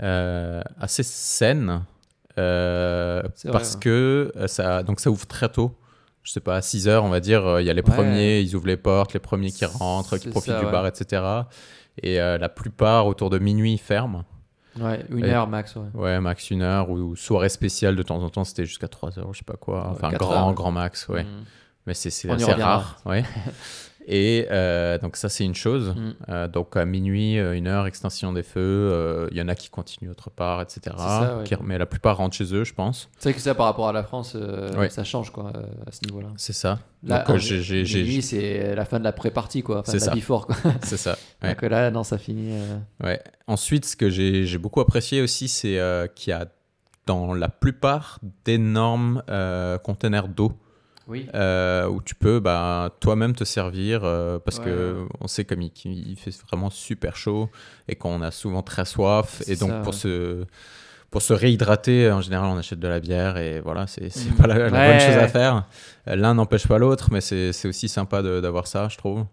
Speaker 1: euh, assez saine. euh,
Speaker 2: C'est vrai,
Speaker 1: parce
Speaker 2: ouais.
Speaker 1: que euh, ça, donc ça ouvre très tôt. Je sais pas, à 6 heures, on va dire, euh, il y a les
Speaker 2: Ouais.
Speaker 1: premiers, ils ouvrent les portes, les premiers qui rentrent, qui
Speaker 2: C'est
Speaker 1: profitent
Speaker 2: ça,
Speaker 1: du
Speaker 2: ouais.
Speaker 1: bar, etc. Et euh, la plupart, autour de minuit, ils ferment.
Speaker 2: Ouais, une
Speaker 1: Et-
Speaker 2: heure max, ouais.
Speaker 1: Ouais, max une heure ou, ou soirée spéciale de temps en temps, c'était jusqu'à 3 heures, je sais pas quoi.
Speaker 2: Ouais,
Speaker 1: Enfin,
Speaker 2: quatre
Speaker 1: grand,
Speaker 2: heures.
Speaker 1: grand max, ouais.
Speaker 2: Mm.
Speaker 1: Mais c'est c'est
Speaker 2: On y
Speaker 1: assez
Speaker 2: reviendra.
Speaker 1: rare, ouais. Et euh, donc, ça, c'est une chose.
Speaker 2: Mm.
Speaker 1: Euh, donc, à minuit, euh, une heure, extinction des feux. euh, Il y en a qui continuent autre part, etc.
Speaker 2: C'est ça, ouais.
Speaker 1: Qui- mais la plupart rentrent chez eux, je pense.
Speaker 2: C'est vrai que ça, par rapport à la France, euh,
Speaker 1: Ouais.
Speaker 2: ça change quoi, euh, à ce niveau-là.
Speaker 1: C'est ça.
Speaker 2: Là,
Speaker 1: donc, euh,
Speaker 2: en-
Speaker 1: j'ai- j'ai- j'ai-
Speaker 2: minuit, c'est la fin de la pré-partie, quoi. Enfin,
Speaker 1: C'est
Speaker 2: la
Speaker 1: ça.
Speaker 2: before, quoi.
Speaker 1: c'est ça. Ouais.
Speaker 2: Donc là, non, ça finit. euh,
Speaker 1: Ouais. Ensuite, ce que j'ai j'ai beaucoup apprécié aussi, c'est euh, qu'il y a dans la plupart d'énormes euh, containers d'eau.
Speaker 2: Oui.
Speaker 1: euh, où tu peux bah, toi-même te servir euh, parce
Speaker 2: Ouais,
Speaker 1: que on sait comme il, qu'il- il fait vraiment super chaud et qu'on a souvent très soif
Speaker 2: C'est
Speaker 1: et donc
Speaker 2: ça,
Speaker 1: pour
Speaker 2: ouais.
Speaker 1: se pour se réhydrater en général on achète de la bière et voilà c'est c'est
Speaker 2: Mhm.
Speaker 1: pas la, la
Speaker 2: Ouais,
Speaker 1: bonne chose
Speaker 2: ouais.
Speaker 1: à faire Euh, l'un n'empêche pas l'autre mais c'est c'est aussi sympa de- d'avoir ça je trouve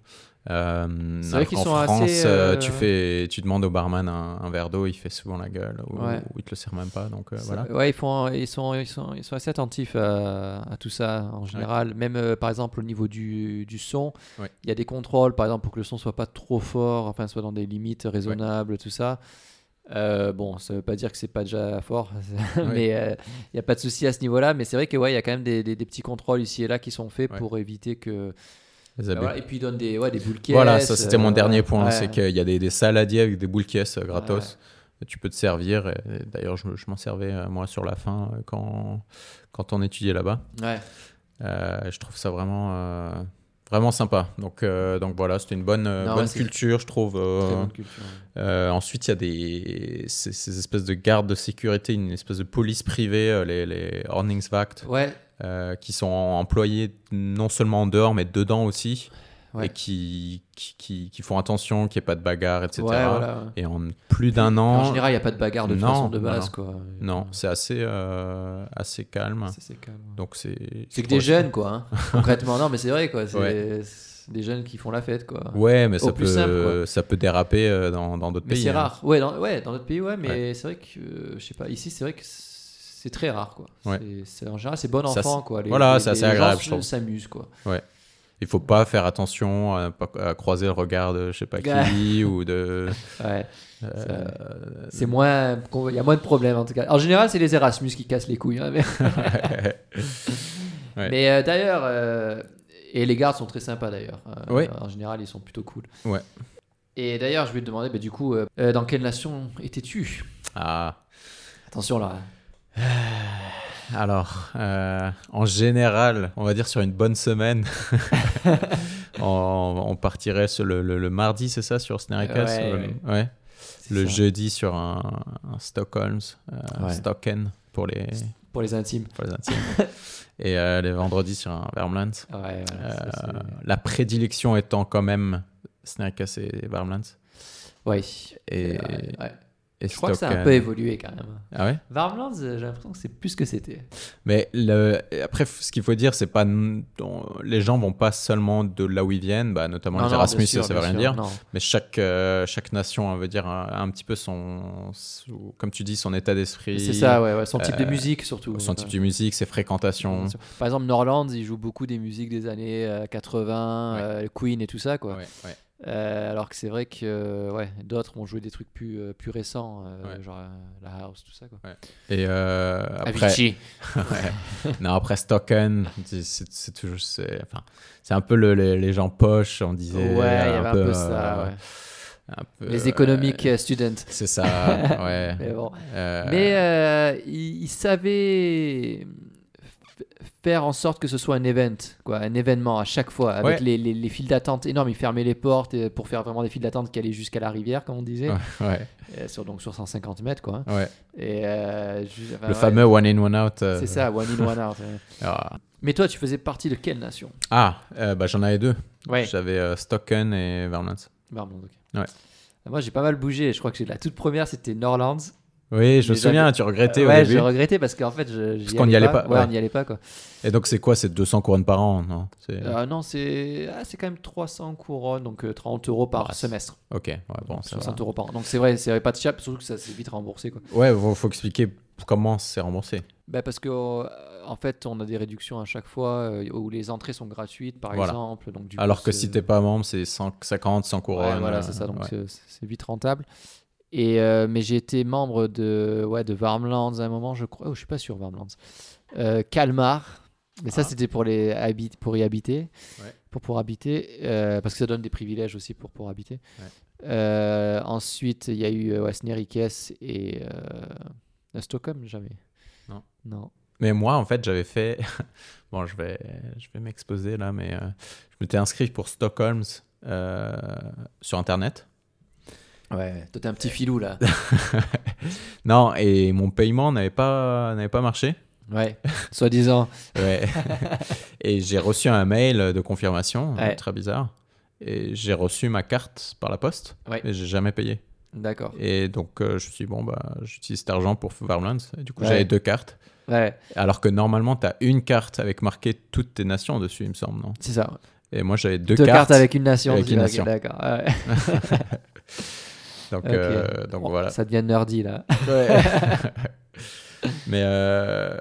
Speaker 1: Euh,
Speaker 2: C'est vrai
Speaker 1: en
Speaker 2: qu'ils sont
Speaker 1: France,
Speaker 2: assez,
Speaker 1: euh,
Speaker 2: euh,
Speaker 1: tu fais, tu demandes au barman un, un verre d'eau, il fait souvent la gueule ou,
Speaker 2: Ouais.
Speaker 1: ou il te le sert même pas, donc euh,
Speaker 2: Ça-
Speaker 1: voilà.
Speaker 2: Ouais, ils, font, ils, sont, ils, sont, ils sont assez attentifs à, à tout ça en général. Même euh, par exemple au niveau du, du son,
Speaker 1: Ouais.
Speaker 2: il y a des contrôles par exemple pour que le son soit pas trop fort, enfin soit dans des limites raisonnables, tout ça. Euh, bon, ça veut pas dire que c'est pas déjà fort, mais euh, il n'y a pas de souci à ce niveau-là. Mais c'est vrai que ouais, il y a quand même des, des- des petits contrôles ici et là qui sont faits
Speaker 1: Ouais.
Speaker 2: pour éviter que.
Speaker 1: Les abus.
Speaker 2: Voilà, et puis ils donnent des, ouais, des boules
Speaker 1: Voilà,
Speaker 2: caisses,
Speaker 1: ça c'était mon
Speaker 2: euh,
Speaker 1: dernier point, hein,
Speaker 2: ouais.
Speaker 1: c'est qu'il y a des, des saladiers avec des boules caisses euh, gratos. Tu peux te servir. et- et D'ailleurs, je, me- je m'en servais euh, moi sur la fin euh, quand, quand on étudiait là-bas.
Speaker 2: Ouais.
Speaker 1: Euh, je trouve ça vraiment, euh, vraiment sympa. Donc, euh, donc voilà, c'était une bonne, euh,
Speaker 2: Non, ouais,
Speaker 1: bonne
Speaker 2: c'est
Speaker 1: culture, je trouve. euh,
Speaker 2: Très bonne culture.
Speaker 1: euh, ensuite, il y a des, ces, ces espèces de gardes de sécurité, une espèce de police privée, euh, les, les Ordnungswacht,
Speaker 2: Ouais,
Speaker 1: euh, qui sont employés non seulement en dehors, mais dedans aussi
Speaker 2: Ouais.
Speaker 1: et qui, qui, qui, qui font attention, qu'il n'y ait pas de bagarre, etc.
Speaker 2: ouais, voilà.
Speaker 1: Et en plus d'un
Speaker 2: En
Speaker 1: an,
Speaker 2: général, il n'y a pas de bagarre de toute
Speaker 1: non,
Speaker 2: façon de
Speaker 1: non,
Speaker 2: base,
Speaker 1: non.
Speaker 2: quoi.
Speaker 1: non, c'est assez, euh, assez calme.
Speaker 2: Ça, c'est calme.
Speaker 1: Donc c'est. je
Speaker 2: C'est que des
Speaker 1: trouve-
Speaker 2: jeunes, quoi. hein. Concrètement, non, mais c'est vrai, quoi. C'est c'est des jeunes qui font la fête, quoi.
Speaker 1: Ouais, mais
Speaker 2: Au
Speaker 1: ça
Speaker 2: plus
Speaker 1: peut,
Speaker 2: simple, quoi.
Speaker 1: ça peut déraper euh, dans dans d'autres
Speaker 2: mais
Speaker 1: pays.
Speaker 2: c'est
Speaker 1: hein.
Speaker 2: rare. Ouais, dans, ouais, dans notre pays, ouais, mais c'est vrai que, euh, je sais pas, ici, c'est vrai que c'est très rare, quoi.
Speaker 1: Ouais.
Speaker 2: C'est- c'est- en général, c'est bon
Speaker 1: Ça,
Speaker 2: enfant, quoi. Les,
Speaker 1: voilà,
Speaker 2: les-
Speaker 1: c'est assez
Speaker 2: les
Speaker 1: agréable, je
Speaker 2: gens
Speaker 1: trouve.
Speaker 2: se- s'amusent, quoi.
Speaker 1: Il faut pas faire attention à, pas- à croiser le regard de je sais pas qui ou de.
Speaker 2: Ouais.
Speaker 1: euh,
Speaker 2: C'est moins. con- Il y a moins de problèmes, en tout cas. En général, c'est les Erasmus qui cassent les couilles. hein, mais
Speaker 1: Ouais.
Speaker 2: mais, euh, d'ailleurs. euh, Et les gardes sont très sympas, d'ailleurs. Euh,
Speaker 1: Ouais.
Speaker 2: En général, ils sont plutôt cool.
Speaker 1: Ouais.
Speaker 2: Et d'ailleurs, je vais te demander, bah, du coup, euh, euh, dans quelle nation étais-tu
Speaker 1: Ah.
Speaker 2: Attention là.
Speaker 1: Alors, euh, en général, on va dire sur une bonne semaine, on, on partirait sur le, le- le mardi, c'est ça, sur Snarecast
Speaker 2: Ouais,
Speaker 1: euh,
Speaker 2: ouais.
Speaker 1: ouais.
Speaker 2: c'est
Speaker 1: Le
Speaker 2: ça.
Speaker 1: jeudi sur un, un Stockholm, euh,
Speaker 2: Ouais.
Speaker 1: Stocken pour les,
Speaker 2: Pour les intimes.
Speaker 1: pour les intimes. Et euh, les vendredis sur un Vermlands.
Speaker 2: Ouais,
Speaker 1: Euh,
Speaker 2: voilà, ça, c'est-
Speaker 1: la prédilection étant quand même Snarecast et Vermlands.
Speaker 2: ouais.
Speaker 1: Et,
Speaker 2: Ouais, ouais.
Speaker 1: et
Speaker 2: euh, Je crois que ça a un
Speaker 1: Stocken.
Speaker 2: peu évolué quand même.
Speaker 1: Ah ouais
Speaker 2: Varmlands, euh, j'ai l'impression que c'est plus ce que c'était.
Speaker 1: Mais le- et après, f- ce qu'il faut dire, c'est pas n- on- les gens vont pas seulement de là où ils viennent, bah, notamment
Speaker 2: Non, non,
Speaker 1: les Erasmus,
Speaker 2: bien sûr,
Speaker 1: ça, ça veut
Speaker 2: bien
Speaker 1: rien
Speaker 2: sûr,
Speaker 1: dire.
Speaker 2: non.
Speaker 1: Mais chaque euh, chaque nation, on veut dire a un petit peu son, son- comme tu dis, son état d'esprit,
Speaker 2: C'est ça, ouais, ouais, son type de
Speaker 1: euh,
Speaker 2: musique surtout.
Speaker 1: son
Speaker 2: Ouais.
Speaker 1: type de musique, ses fréquentations.
Speaker 2: Par exemple, Norlands, ils jouent beaucoup des musiques des années euh, 80,
Speaker 1: Ouais.
Speaker 2: euh, Queen et tout ça, quoi.
Speaker 1: Ouais, ouais.
Speaker 2: Euh, alors que c'est vrai que euh, ouais, d'autres ont joué des trucs plus, euh, plus récents, euh,
Speaker 1: Ouais.
Speaker 2: genre euh, la house, tout ça, quoi.
Speaker 1: Et euh, après,
Speaker 2: Avicii.
Speaker 1: Ouais. non, après Stocken, c'est- c'est c'est toujours, c'est enfin, c'est un peu le- les, les gens poches, on disait.
Speaker 2: Ouais, il y avait un peu
Speaker 1: euh,
Speaker 2: ça. ouais.
Speaker 1: un peu,
Speaker 2: Les
Speaker 1: euh,
Speaker 2: économiques euh, students.
Speaker 1: C'est ça, ouais.
Speaker 2: Mais bon.
Speaker 1: Euh,
Speaker 2: Mais euh, il, il savait f- faire en sorte que ce soit un event, quoi, un événement à chaque fois,
Speaker 1: Ouais.
Speaker 2: avec les, les- les files d'attente énormes. Il fermait les portes euh, pour faire vraiment des files d'attente qui allaient jusqu'à la rivière, comme on disait,
Speaker 1: ouais,
Speaker 2: euh, sur, donc sur 150 mètres, quoi.
Speaker 1: ouais.
Speaker 2: Et, euh, ju- enfin,
Speaker 1: Le
Speaker 2: ouais,
Speaker 1: fameux one in one out. euh,
Speaker 2: C'est ça, one in, one out. ouais.
Speaker 1: Ah,
Speaker 2: Mais toi, tu faisais partie de quelle nation
Speaker 1: Ah, euh, bah, j'en avais deux.
Speaker 2: Ouais.
Speaker 1: J'avais euh, Stocken et Vermont.
Speaker 2: Vermont, ok. Ah,
Speaker 1: Ouais.
Speaker 2: Moi, j'ai pas mal bougé. Je crois que j'ai- la toute première, c'était Norlands.
Speaker 1: Oui, je me
Speaker 2: Déjà, Euh,
Speaker 1: souviens, tu regrettais
Speaker 2: ouais,
Speaker 1: au
Speaker 2: j'ai
Speaker 1: début.
Speaker 2: regretté parce qu'en fait, je,
Speaker 1: Parce qu'on n'y allait pas,
Speaker 2: Ouais,
Speaker 1: ouais.
Speaker 2: on n'y allait pas quoi.
Speaker 1: Et donc, c'est quoi C'est 200 couronnes par an non C'est-
Speaker 2: Euh, non, c'est ah, c'est quand même 300 couronnes, donc euh, 30 euros par
Speaker 1: Ouais,
Speaker 2: semestre.
Speaker 1: Ok, ouais, Bah, bon, ça
Speaker 2: 60
Speaker 1: va.
Speaker 2: euros par an. Donc c'est vrai, c'est pas de chap, surtout que ça c'est vite remboursé quoi.
Speaker 1: Ouais, faut, faut expliquer comment c'est remboursé.
Speaker 2: Bah parce que euh, en fait, on a des réductions à chaque fois euh, où les entrées sont gratuites par
Speaker 1: Voilà.
Speaker 2: exemple. Donc du coup,
Speaker 1: Alors que
Speaker 2: c'est-
Speaker 1: si t'es pas membre, c'est 150, 100
Speaker 2: Ouais,
Speaker 1: couronnes.
Speaker 2: voilà,
Speaker 1: euh,
Speaker 2: c'est ça. Donc
Speaker 1: ouais.
Speaker 2: c'est- c'est vite rentable. Et euh, mais j'ai été membre de ouais de Varmlands à un moment, je crois. Oh, je suis pas sûr Varmlands. Euh, Calmar. Mais ça,
Speaker 1: Ah.
Speaker 2: c'était pour les habit- pour y habiter,
Speaker 1: Ouais.
Speaker 2: pour pouvoir habiter, euh, parce que ça donne des privilèges aussi pour pouvoir habiter.
Speaker 1: Ouais.
Speaker 2: Euh, ensuite, il y a eu euh, ouais, Snerikes et euh, Stockholm, jamais.
Speaker 1: Non.
Speaker 2: Non.
Speaker 1: Mais moi, en fait, j'avais fait. bon, je vais, je vais m'exposer là, mais euh, je m'étais inscrit pour Stockholm euh, sur Internet.
Speaker 2: Ouais. Toi, t'es un petit filou là.
Speaker 1: Non, et mon paiement n'avait pas, n'avait pas marché.
Speaker 2: ouais. Soi-disant.
Speaker 1: Ouais. et j'ai reçu un mail de confirmation,
Speaker 2: Ouais.
Speaker 1: très bizarre. Et j'ai reçu ma carte par la poste,
Speaker 2: Ouais.
Speaker 1: mais j'ai jamais payé.
Speaker 2: D'accord.
Speaker 1: Et donc, euh, je me suis dit, bon, bah, j'utilise cet argent pour Farmlands. Et du coup,
Speaker 2: Ouais.
Speaker 1: j'avais deux cartes.
Speaker 2: Ouais.
Speaker 1: Alors que normalement, tu as une carte avec marqué toutes tes nations dessus, il me semble, non
Speaker 2: C'est ça.
Speaker 1: Et moi, j'avais deux,
Speaker 2: Deux, cartes, avec une nation.
Speaker 1: avec
Speaker 2: c'est
Speaker 1: une
Speaker 2: vrai,
Speaker 1: nation.
Speaker 2: D'accord. Ouais.
Speaker 1: Donc,
Speaker 2: Ok.
Speaker 1: euh, donc
Speaker 2: Oh,
Speaker 1: voilà.
Speaker 2: Ça devient nerdy là.
Speaker 1: Mais euh,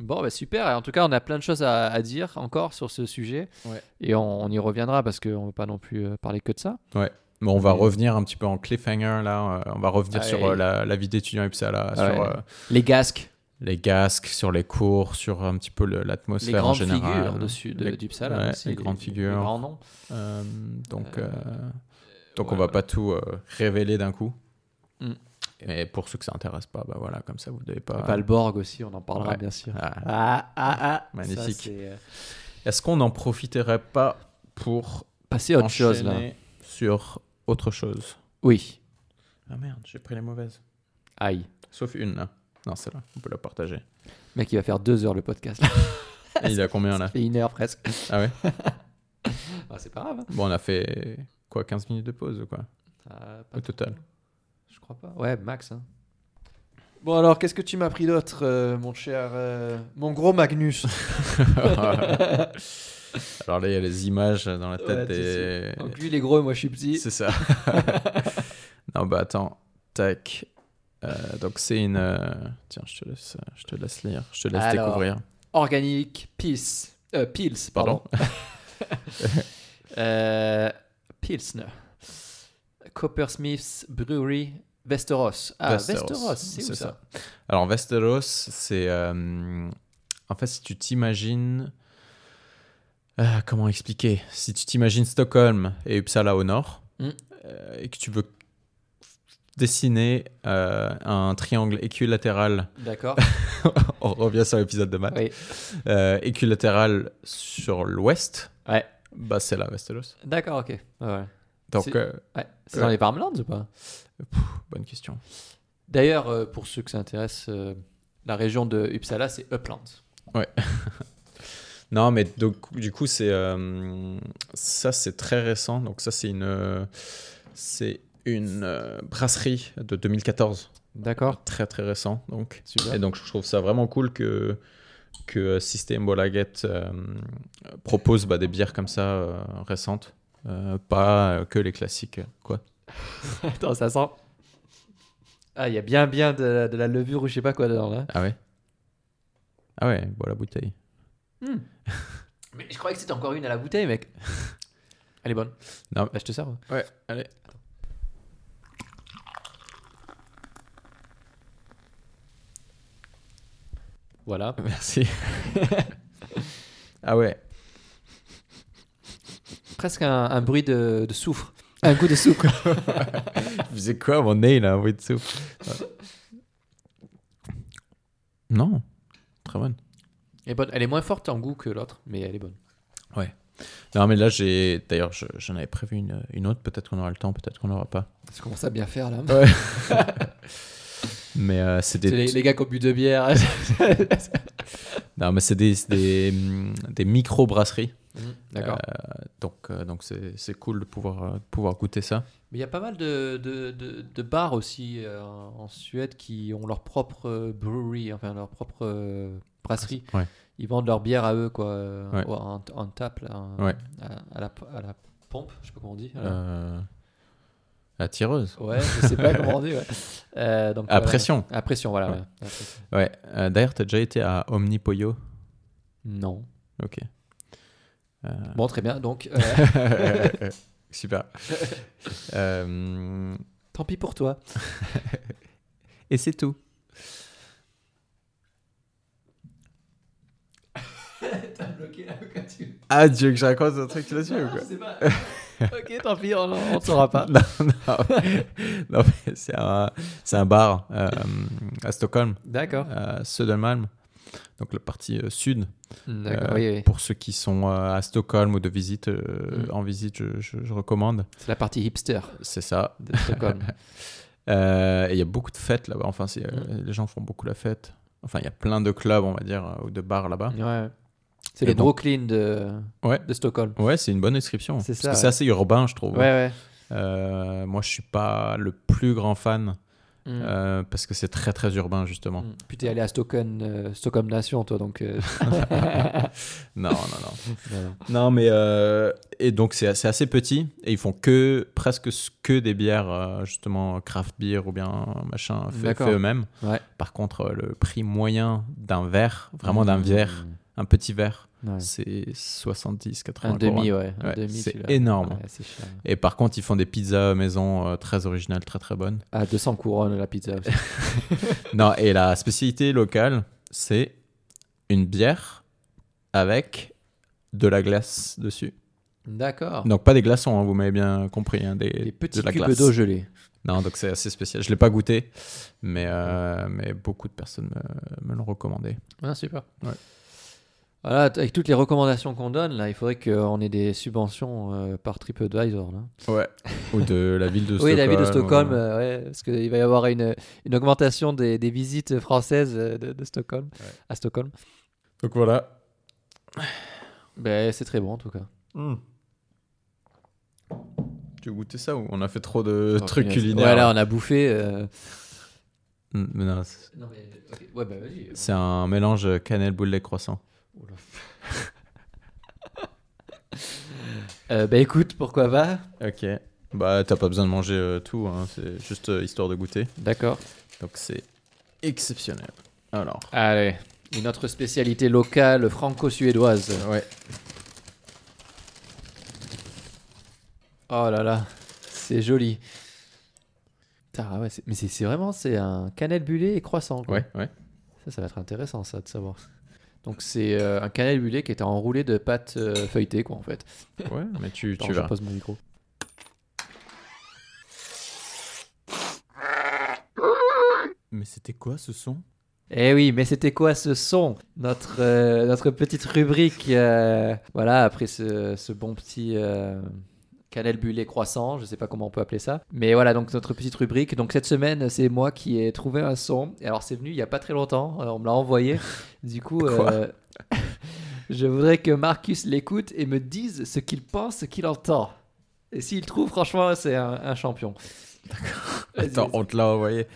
Speaker 2: Bon, bah super. Et En tout cas, on a plein de choses à, à dire encore sur ce sujet.
Speaker 1: Ouais.
Speaker 2: Et on, on y reviendra parce qu'on ne veut pas non plus euh, parler que de ça.
Speaker 1: bon, on va
Speaker 2: Mais-
Speaker 1: revenir un petit peu en cliffhanger là. euh, On va revenir
Speaker 2: Ah,
Speaker 1: sur
Speaker 2: et-
Speaker 1: euh, la, la vie d'étudiant Uppsala,
Speaker 2: Ouais.
Speaker 1: sur euh,
Speaker 2: Les gasques,
Speaker 1: les gasques, sur les cours, sur un petit peu le-
Speaker 2: les
Speaker 1: l'atmosphère en
Speaker 2: grandes
Speaker 1: général. hein.
Speaker 2: figures dessus de, hein,
Speaker 1: Les-
Speaker 2: du psalm
Speaker 1: ouais,
Speaker 2: aussi,
Speaker 1: les grandes figures.
Speaker 2: grands noms.
Speaker 1: Euh, donc,
Speaker 2: Euh,
Speaker 1: euh, donc
Speaker 2: ouais,
Speaker 1: on va
Speaker 2: voilà.
Speaker 1: pas tout euh, révéler d'un coup.
Speaker 2: Mm.
Speaker 1: Mais pour ceux que ça intéresse pas, bah voilà, comme ça vous devez pas.
Speaker 2: Et Valborg aussi, on en parlera
Speaker 1: Ouais.
Speaker 2: bien sûr.
Speaker 1: Ah.
Speaker 2: Ah, ah, ah.
Speaker 1: Magnifique.
Speaker 2: Ça, c'est, euh,
Speaker 1: Est-ce qu'on n'en profiterait pas pour
Speaker 2: Passer à autre
Speaker 1: enchaîner
Speaker 2: chose là.
Speaker 1: sur autre chose
Speaker 2: Oui.
Speaker 1: Ah merde, j'ai pris les mauvaises.
Speaker 2: Aïe.
Speaker 1: Sauf une là. Non, celle-là, on peut la partager.
Speaker 2: Le Mec, il va faire deux heures le podcast. là.
Speaker 1: Et il a combien là
Speaker 2: Ça fait une heure presque.
Speaker 1: Ah ouais
Speaker 2: Ah, c'est pas grave. hein.
Speaker 1: Bon, on a fait quoi 15 minutes de pause ou quoi
Speaker 2: Ah, pas
Speaker 1: Au total.
Speaker 2: Je crois pas. Ouais, max. hein. Bon alors, qu'est-ce que tu m'as pris d'autre, euh, mon cher, euh, mon gros Magnus
Speaker 1: Alors là, il y a les images dans la tête
Speaker 2: Ouais,
Speaker 1: des.
Speaker 2: Donc lui, il est gros et moi, je suis petit.
Speaker 1: C'est ça. non, bah attends. Tac. Euh, donc c'est une. euh, Tiens, je te laisse, je te laisse lire, je te laisse
Speaker 2: Alors.
Speaker 1: découvrir.
Speaker 2: Organic Pils. Euh, Pils, pardon.
Speaker 1: Pardon.
Speaker 2: Euh, Pilsner. Coppersmith's Brewery, Vesteros. Ah,
Speaker 1: Västerås,
Speaker 2: Vesteros, c'est où
Speaker 1: c'est
Speaker 2: ça,
Speaker 1: Alors Vesteros, c'est euh, en fait si tu t'imagines Ah, comment expliquer Si tu t'imagines Stockholm et Uppsala au nord
Speaker 2: Mm.
Speaker 1: euh, et que tu veux dessiner euh, un triangle équilatéral,
Speaker 2: D'accord.
Speaker 1: on revient sur l'épisode de maths,
Speaker 2: oui.
Speaker 1: euh, équilatéral sur l'ouest,
Speaker 2: Ouais.
Speaker 1: bah c'est là Vesteros.
Speaker 2: D'accord, ok. Ouais, ouais.
Speaker 1: Donc
Speaker 2: C'est-
Speaker 1: euh,
Speaker 2: Ouais. C'est
Speaker 1: Ouais.
Speaker 2: dans les Parmlands ou pas
Speaker 1: bonne question.
Speaker 2: D'ailleurs, euh, pour ceux que ça intéresse, euh, la région de Uppsala, c'est Uppland.
Speaker 1: Non, mais donc, du coup, c'est euh, ça, c'est très récent. Donc ça, c'est une, euh, c'est une euh, brasserie de 2014,
Speaker 2: D'accord.
Speaker 1: très très récent. Donc
Speaker 2: Super.
Speaker 1: et donc je trouve ça vraiment cool que que System Bolaget euh, propose bah, des bières comme ça euh, récentes, Euh, pas euh, que les classiques, quoi.
Speaker 2: Attends, ça sent. Ah, il y a bien, bien de, de la levure ou je sais pas quoi dedans là.
Speaker 1: Ah ouais. Ah ouais, bois la bouteille.
Speaker 2: Mais je croyais que c'était encore une à la bouteille, mec. Elle est bonne.
Speaker 1: Non.
Speaker 2: Bah, je te sers. moi.
Speaker 1: Ouais, allez.
Speaker 2: Voilà.
Speaker 1: Merci. ah ouais.
Speaker 2: Presque un, un bruit de, de soufre. Un goût de soufre.
Speaker 1: Vous faisais quoi à mon nez là, oui dessous Non, très bonne.
Speaker 2: Elle est, bonne. elle est moins forte en goût que l'autre, mais elle est bonne.
Speaker 1: Non mais là j'ai, d'ailleurs je- j'en avais prévu une, une autre, peut-être qu'on aura le temps, peut-être qu'on n'aura pas.
Speaker 2: Ça commence à bien faire là.
Speaker 1: Mais euh, c'est des,
Speaker 2: C'est les, les gars qui ont bu deux bières.
Speaker 1: Non, mais c'est des, c'est des, hum, des micro-brasseries.
Speaker 2: Mmh, D'accord.
Speaker 1: Euh, donc, euh, donc c'est c'est cool de pouvoir, euh, de pouvoir goûter ça.
Speaker 2: Mais il y a pas mal de, de, de, de bars aussi euh, en Suède qui ont leur propre euh, brewery, enfin leur propre euh, brasserie.
Speaker 1: Ouais.
Speaker 2: Ils vendent leur bière à eux, quoi, euh,
Speaker 1: Ouais.
Speaker 2: ou en, en tape, là, en-
Speaker 1: Ouais.
Speaker 2: à, à la, à la pompe, je sais pas comment on dit. à la-
Speaker 1: Euh, la tireuse.
Speaker 2: Ouais, je sais pas comment on dit. Ouais. Euh, donc,
Speaker 1: À
Speaker 2: voilà.
Speaker 1: pression.
Speaker 2: À pression, voilà.
Speaker 1: Ouais.
Speaker 2: ouais. À pression.
Speaker 1: Ouais. Euh, D'ailleurs, t'as déjà été à Omnipoyo
Speaker 2: Non.
Speaker 1: Ok. Euh,
Speaker 2: Bon, très bien. Donc, euh,
Speaker 1: Super. Euh,
Speaker 2: tant pis pour toi.
Speaker 1: et c'est tout.
Speaker 2: T'as bloqué là quand tu.
Speaker 1: Ah, Dieu, que je raconte un truc là-dessus
Speaker 2: sais pas. ok, tant pis, on ne saura pas.
Speaker 1: Non, non. Non, mais c'est un, c'est un bar euh, à Stockholm,
Speaker 2: D'accord.
Speaker 1: à Södermalm, donc la partie euh, sud.
Speaker 2: D'accord.
Speaker 1: Euh,
Speaker 2: oui, oui.
Speaker 1: Pour ceux qui sont euh, à Stockholm ou de visite, euh,
Speaker 2: Mm.
Speaker 1: en visite, je, je- je recommande.
Speaker 2: C'est la partie hipster
Speaker 1: C'est ça.
Speaker 2: de Stockholm.
Speaker 1: Euh, et il y a beaucoup de fêtes là-bas. Enfin, c'est, euh, les gens font beaucoup la fête. Enfin, il y a plein de clubs, on va dire, euh, ou de bars là-bas.
Speaker 2: Ouais. C'est
Speaker 1: Et
Speaker 2: les
Speaker 1: bon.
Speaker 2: Brooklyn de,
Speaker 1: Ouais.
Speaker 2: de Stockholm.
Speaker 1: Ouais, c'est une bonne description.
Speaker 2: C'est
Speaker 1: Parce
Speaker 2: ça,
Speaker 1: que Mm. c'est
Speaker 2: ouais.
Speaker 1: assez urbain, je trouve.
Speaker 2: Ouais,
Speaker 1: Euh, moi, je suis pas le plus grand fan
Speaker 2: ouais. Mm.
Speaker 1: euh, parce que c'est très très urbain justement.
Speaker 2: Mm. Puis t'es allé à Stockholm, euh, Stockholm Nation, toi, donc. euh,
Speaker 1: Non, non, non.
Speaker 2: voilà.
Speaker 1: Non, mais euh, et donc c'est assez, assez petit et ils font que presque s- que des bières euh, justement craft beer ou bien machin fait,
Speaker 2: D'accord.
Speaker 1: fait eux-mêmes.
Speaker 2: Ouais.
Speaker 1: Par contre, euh, le prix moyen d'un verre, vraiment d'un verre, un petit verre,
Speaker 2: Mm. Ouais.
Speaker 1: c'est 70, 80
Speaker 2: Un demi,
Speaker 1: euros.
Speaker 2: ouais. Un
Speaker 1: Ouais,
Speaker 2: demi,
Speaker 1: c'est
Speaker 2: celui-là.
Speaker 1: énorme.
Speaker 2: Ouais, c'est cher.
Speaker 1: Et par contre, ils font des pizzas maison euh, très originales, très très bonnes.
Speaker 2: À 200 Ah, couronnes la pizza aussi.
Speaker 1: non, et la spécialité locale, c'est une bière avec de la glace dessus.
Speaker 2: D'accord.
Speaker 1: Donc pas des glaçons, hein, vous m'avez bien compris, hein, des,
Speaker 2: Des petits
Speaker 1: de la
Speaker 2: cubes
Speaker 1: glace.
Speaker 2: d'eau gelée.
Speaker 1: Non, donc c'est assez spécial. Je l'ai pas goûté, mais, euh, mais beaucoup de personnes me, me l'ont recommandé.
Speaker 2: Ah, super.
Speaker 1: Ouais.
Speaker 2: Voilà, t- avec toutes les recommandations qu'on donne, là, il faudrait qu'on ait des subventions euh, par TripAdvisor. Là.
Speaker 1: Ouais. Ou de la ville de Stockholm.
Speaker 2: Oui, la ville de Stockholm,
Speaker 1: ou-
Speaker 2: euh, ouais, parce qu'il va y avoir une, une augmentation des, des visites françaises euh, de, de Stockholm, à Stockholm.
Speaker 1: euh. Donc voilà.
Speaker 2: Ben, c'est très bon en tout cas.
Speaker 1: Tu as goûté ça ou on a fait trop de
Speaker 2: Oh,
Speaker 1: trucs
Speaker 2: punaise.
Speaker 1: culinaires
Speaker 2: Ouais, là, on a bouffé. euh,
Speaker 1: Mm, mais non, c'est-
Speaker 2: Non, mais. Ouais, bah vas-y.
Speaker 1: C'est un mélange cannelle boulet croissant.
Speaker 2: Euh, bah écoute, pourquoi pas
Speaker 1: Ok. Bah t'as pas besoin de manger euh, tout, hein, c'est juste euh, histoire de goûter.
Speaker 2: D'accord.
Speaker 1: Donc c'est exceptionnel. Alors.
Speaker 2: Allez. Une autre spécialité locale franco-suédoise.
Speaker 1: Ouais.
Speaker 2: Oh là là, c'est joli. Putain, ah ouais, c'est- mais c'est c'est vraiment c'est un cannelle bullée et croissant. quoi.
Speaker 1: Ouais, ouais.
Speaker 2: Ça, ça va être intéressant, ça, de savoir. Donc, c'est euh, un cannelle bullée qui était enroulé de pâte euh, feuilletée, quoi, en fait.
Speaker 1: Ouais, mais tu,
Speaker 2: Attends,
Speaker 1: tu
Speaker 2: je
Speaker 1: vas.
Speaker 2: pose mon micro.
Speaker 1: Mais c'était quoi ce son
Speaker 2: Eh oui, mais c'était quoi ce son notre, euh, notre petite rubrique. euh, voilà, après ce, ce bon petit euh, cannelle bullée croissant, je sais pas comment on peut appeler ça. Mais voilà, donc notre petite rubrique. Donc cette semaine, c'est moi qui ai trouvé un son. Et alors, c'est venu il y a pas très longtemps, euh, on me l'a envoyé. Du coup, euh,
Speaker 1: Quoi
Speaker 2: je voudrais que Marcus l'écoute et me dise ce qu'il pense, ce qu'il entend. Et s'il trouve, franchement, c'est un, un champion. Vas-y,
Speaker 1: Attends,
Speaker 2: vas-y.
Speaker 1: on te l'a envoyé.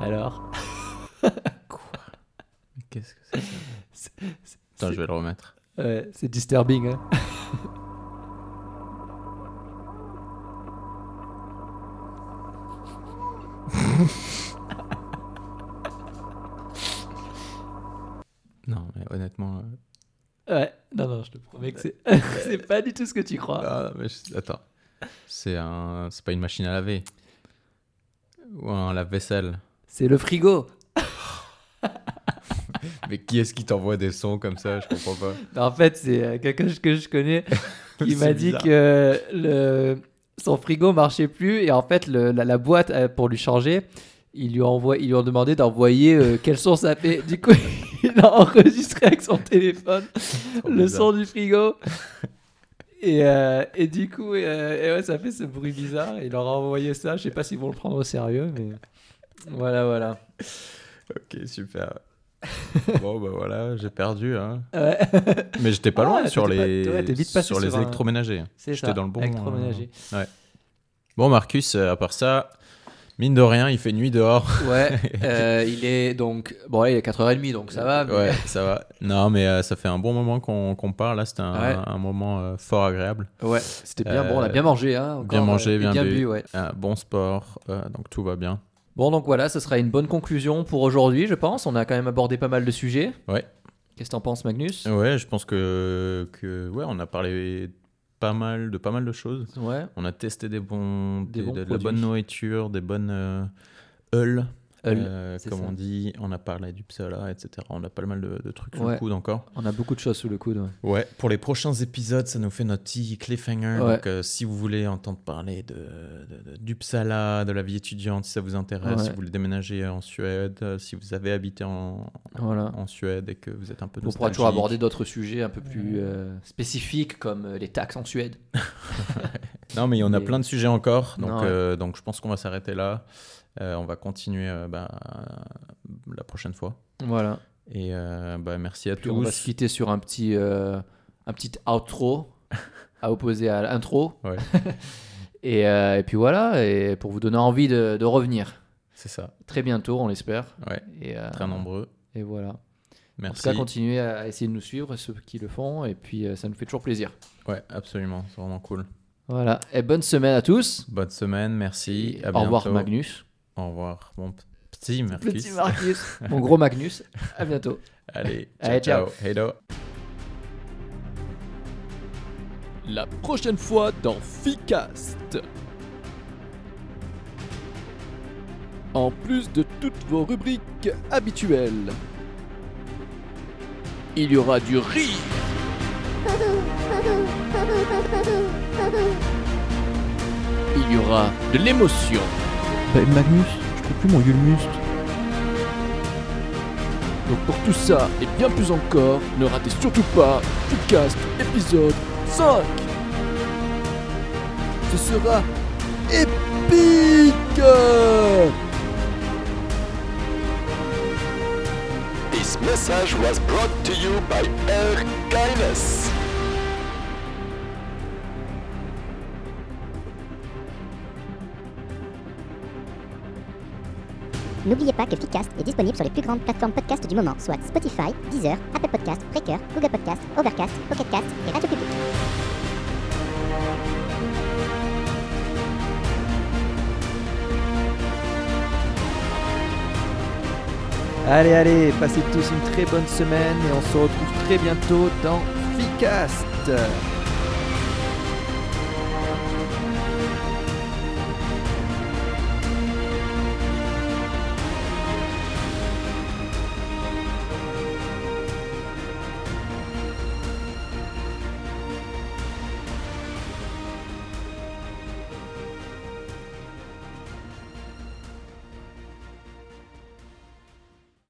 Speaker 2: Alors,
Speaker 1: Qu'est-ce que c'est
Speaker 2: C'est-
Speaker 1: Attends, je vais le remettre.
Speaker 2: ouais, c'est disturbing. hein.
Speaker 1: Non, mais honnêtement. euh,
Speaker 2: Ouais, non, non, je te promets que c'est c'est pas du tout ce que tu crois.
Speaker 1: Ah, mais je- attends. C'est un. C'est pas une machine à laver. Ou un lave-vaisselle.
Speaker 2: C'est le frigo.
Speaker 1: Mais qui est-ce qui t'envoie des sons comme ça Je comprends pas.
Speaker 2: Non, en fait, c'est euh, quelqu'un que je connais qui
Speaker 1: C'est
Speaker 2: m'a dit
Speaker 1: bizarre.
Speaker 2: que le... son frigo marchait plus et en fait, le- la, la boîte euh, pour lui changer, ils lui, envoient ils lui ont demandé d'envoyer euh, quel son ça fait. Du coup, il a enregistré avec son téléphone
Speaker 1: Trop
Speaker 2: le
Speaker 1: bizarre.
Speaker 2: son du frigo. Et, euh, et du coup, euh, et ouais, ça fait ce bruit bizarre. Il leur a envoyé ça. Je sais pas s'ils vont le prendre au sérieux, mais voilà, voilà.
Speaker 1: Ok, super. bon, bah voilà, j'ai perdu. Hein.
Speaker 2: Ouais.
Speaker 1: Mais j'étais pas
Speaker 2: Ah,
Speaker 1: loin
Speaker 2: t'étais
Speaker 1: sur
Speaker 2: pas-
Speaker 1: les,
Speaker 2: ouais, t'es vite passé
Speaker 1: sur les
Speaker 2: sur un-
Speaker 1: électroménagers.
Speaker 2: C'est
Speaker 1: J'étais
Speaker 2: ça,
Speaker 1: dans le bon, hein.
Speaker 2: Électroménager.
Speaker 1: Bon, Marcus, euh, à part ça, mine de rien, il fait nuit dehors.
Speaker 2: Ouais, euh, il est donc. Bon, là, il est 4h30, donc ça va. Ah, mais-
Speaker 1: Ouais, ça va. Non, mais euh, ça fait un bon moment qu'on qu'on parle. Là, c'était un,
Speaker 2: Ouais.
Speaker 1: un moment euh, fort agréable.
Speaker 2: Ouais, c'était bien.
Speaker 1: Euh,
Speaker 2: bon, on a bien mangé. Hein, encore,
Speaker 1: bien mangé,
Speaker 2: euh, et
Speaker 1: bien bu.
Speaker 2: ouais.
Speaker 1: Un bon sport, euh, donc tout va bien.
Speaker 2: Bon, donc voilà, ce sera une bonne conclusion pour aujourd'hui, je pense. On a quand même abordé pas mal de sujets.
Speaker 1: Ouais.
Speaker 2: Qu'est-ce que t'en penses, Magnus
Speaker 1: Ouais, je pense que, que ouais, on a parlé pas mal de pas mal de choses.
Speaker 2: Ouais.
Speaker 1: On a testé des bons, des-
Speaker 2: Des bons
Speaker 1: de la
Speaker 2: produits.
Speaker 1: bonne nourriture, des bonnes euh, hulles,
Speaker 2: Hull,
Speaker 1: euh,
Speaker 2: c'est
Speaker 1: comme
Speaker 2: ça.
Speaker 1: on dit. On a parlé du psola, etc. On a pas mal de, de trucs sur
Speaker 2: Ouais.
Speaker 1: le coude encore.
Speaker 2: On a beaucoup de choses sous le coude. ouais.
Speaker 1: Ouais, pour les prochains épisodes, ça nous fait notre petit cliffhanger.
Speaker 2: Ouais.
Speaker 1: Donc, euh, si vous voulez entendre parler de, de- de- du Psala, de la vie étudiante, si ça vous intéresse,
Speaker 2: Ouais.
Speaker 1: si vous voulez déménager en Suède, euh, si vous avez habité en,
Speaker 2: Voilà.
Speaker 1: en Suède et que vous êtes un peu
Speaker 2: On pourra toujours
Speaker 1: nostalgique.
Speaker 2: aborder d'autres sujets un peu plus euh, spécifiques, comme euh, les taxes en Suède.
Speaker 1: Non, mais il y en a
Speaker 2: Mais-
Speaker 1: plein de sujets encore. Donc,
Speaker 2: Non, ouais.
Speaker 1: euh, donc je pense qu'on va s'arrêter là. Euh, on va continuer euh, bah, la prochaine fois.
Speaker 2: Voilà.
Speaker 1: Et euh, bah, merci à
Speaker 2: Puis on va se
Speaker 1: tous.
Speaker 2: quitter sur un petit, euh, un petit outro à opposer à l'intro.
Speaker 1: Ouais.
Speaker 2: et, euh, et puis voilà, et pour vous donner envie de, de revenir
Speaker 1: C'est ça.
Speaker 2: très bientôt, on l'espère.
Speaker 1: Ouais.
Speaker 2: Et, euh,
Speaker 1: Très nombreux.
Speaker 2: Et voilà. En
Speaker 1: Merci.
Speaker 2: tout cas, continuez à essayer de nous suivre, ceux qui le font, et puis euh, ça nous fait toujours plaisir.
Speaker 1: Ouais, absolument. C'est vraiment cool.
Speaker 2: Voilà, et bonne semaine à tous.
Speaker 1: Bonne semaine. Merci.
Speaker 2: Et
Speaker 1: À
Speaker 2: Au revoir
Speaker 1: bientôt.
Speaker 2: Magnus.
Speaker 1: Au revoir, mon p- petit Marcus.
Speaker 2: Petit Marcus. Mon gros Magnus. À bientôt.
Speaker 1: Allez, ciao,
Speaker 2: Allez, ciao.
Speaker 1: ciao. Hey, do.
Speaker 4: La prochaine fois dans Ficast. En plus de toutes vos rubriques habituelles, il y aura du rire, il y aura de l'émotion,
Speaker 3: Bah, Magnus, je peux plus mon Yulmust.
Speaker 4: Donc pour tout ça et bien plus encore, ne ratez surtout pas Foodcast épisode 5 Ce sera épique
Speaker 5: This message was brought to you by Air Guinness.
Speaker 6: N'oubliez pas que Ficast est disponible sur les plus grandes plateformes podcast du moment, soit Spotify, Deezer, Apple Podcast, Breaker, Google Podcast, Overcast, Pocket Cast et Radio Public.
Speaker 2: Allez, allez, passez tous une très bonne semaine et on se retrouve très bientôt dans Ficast.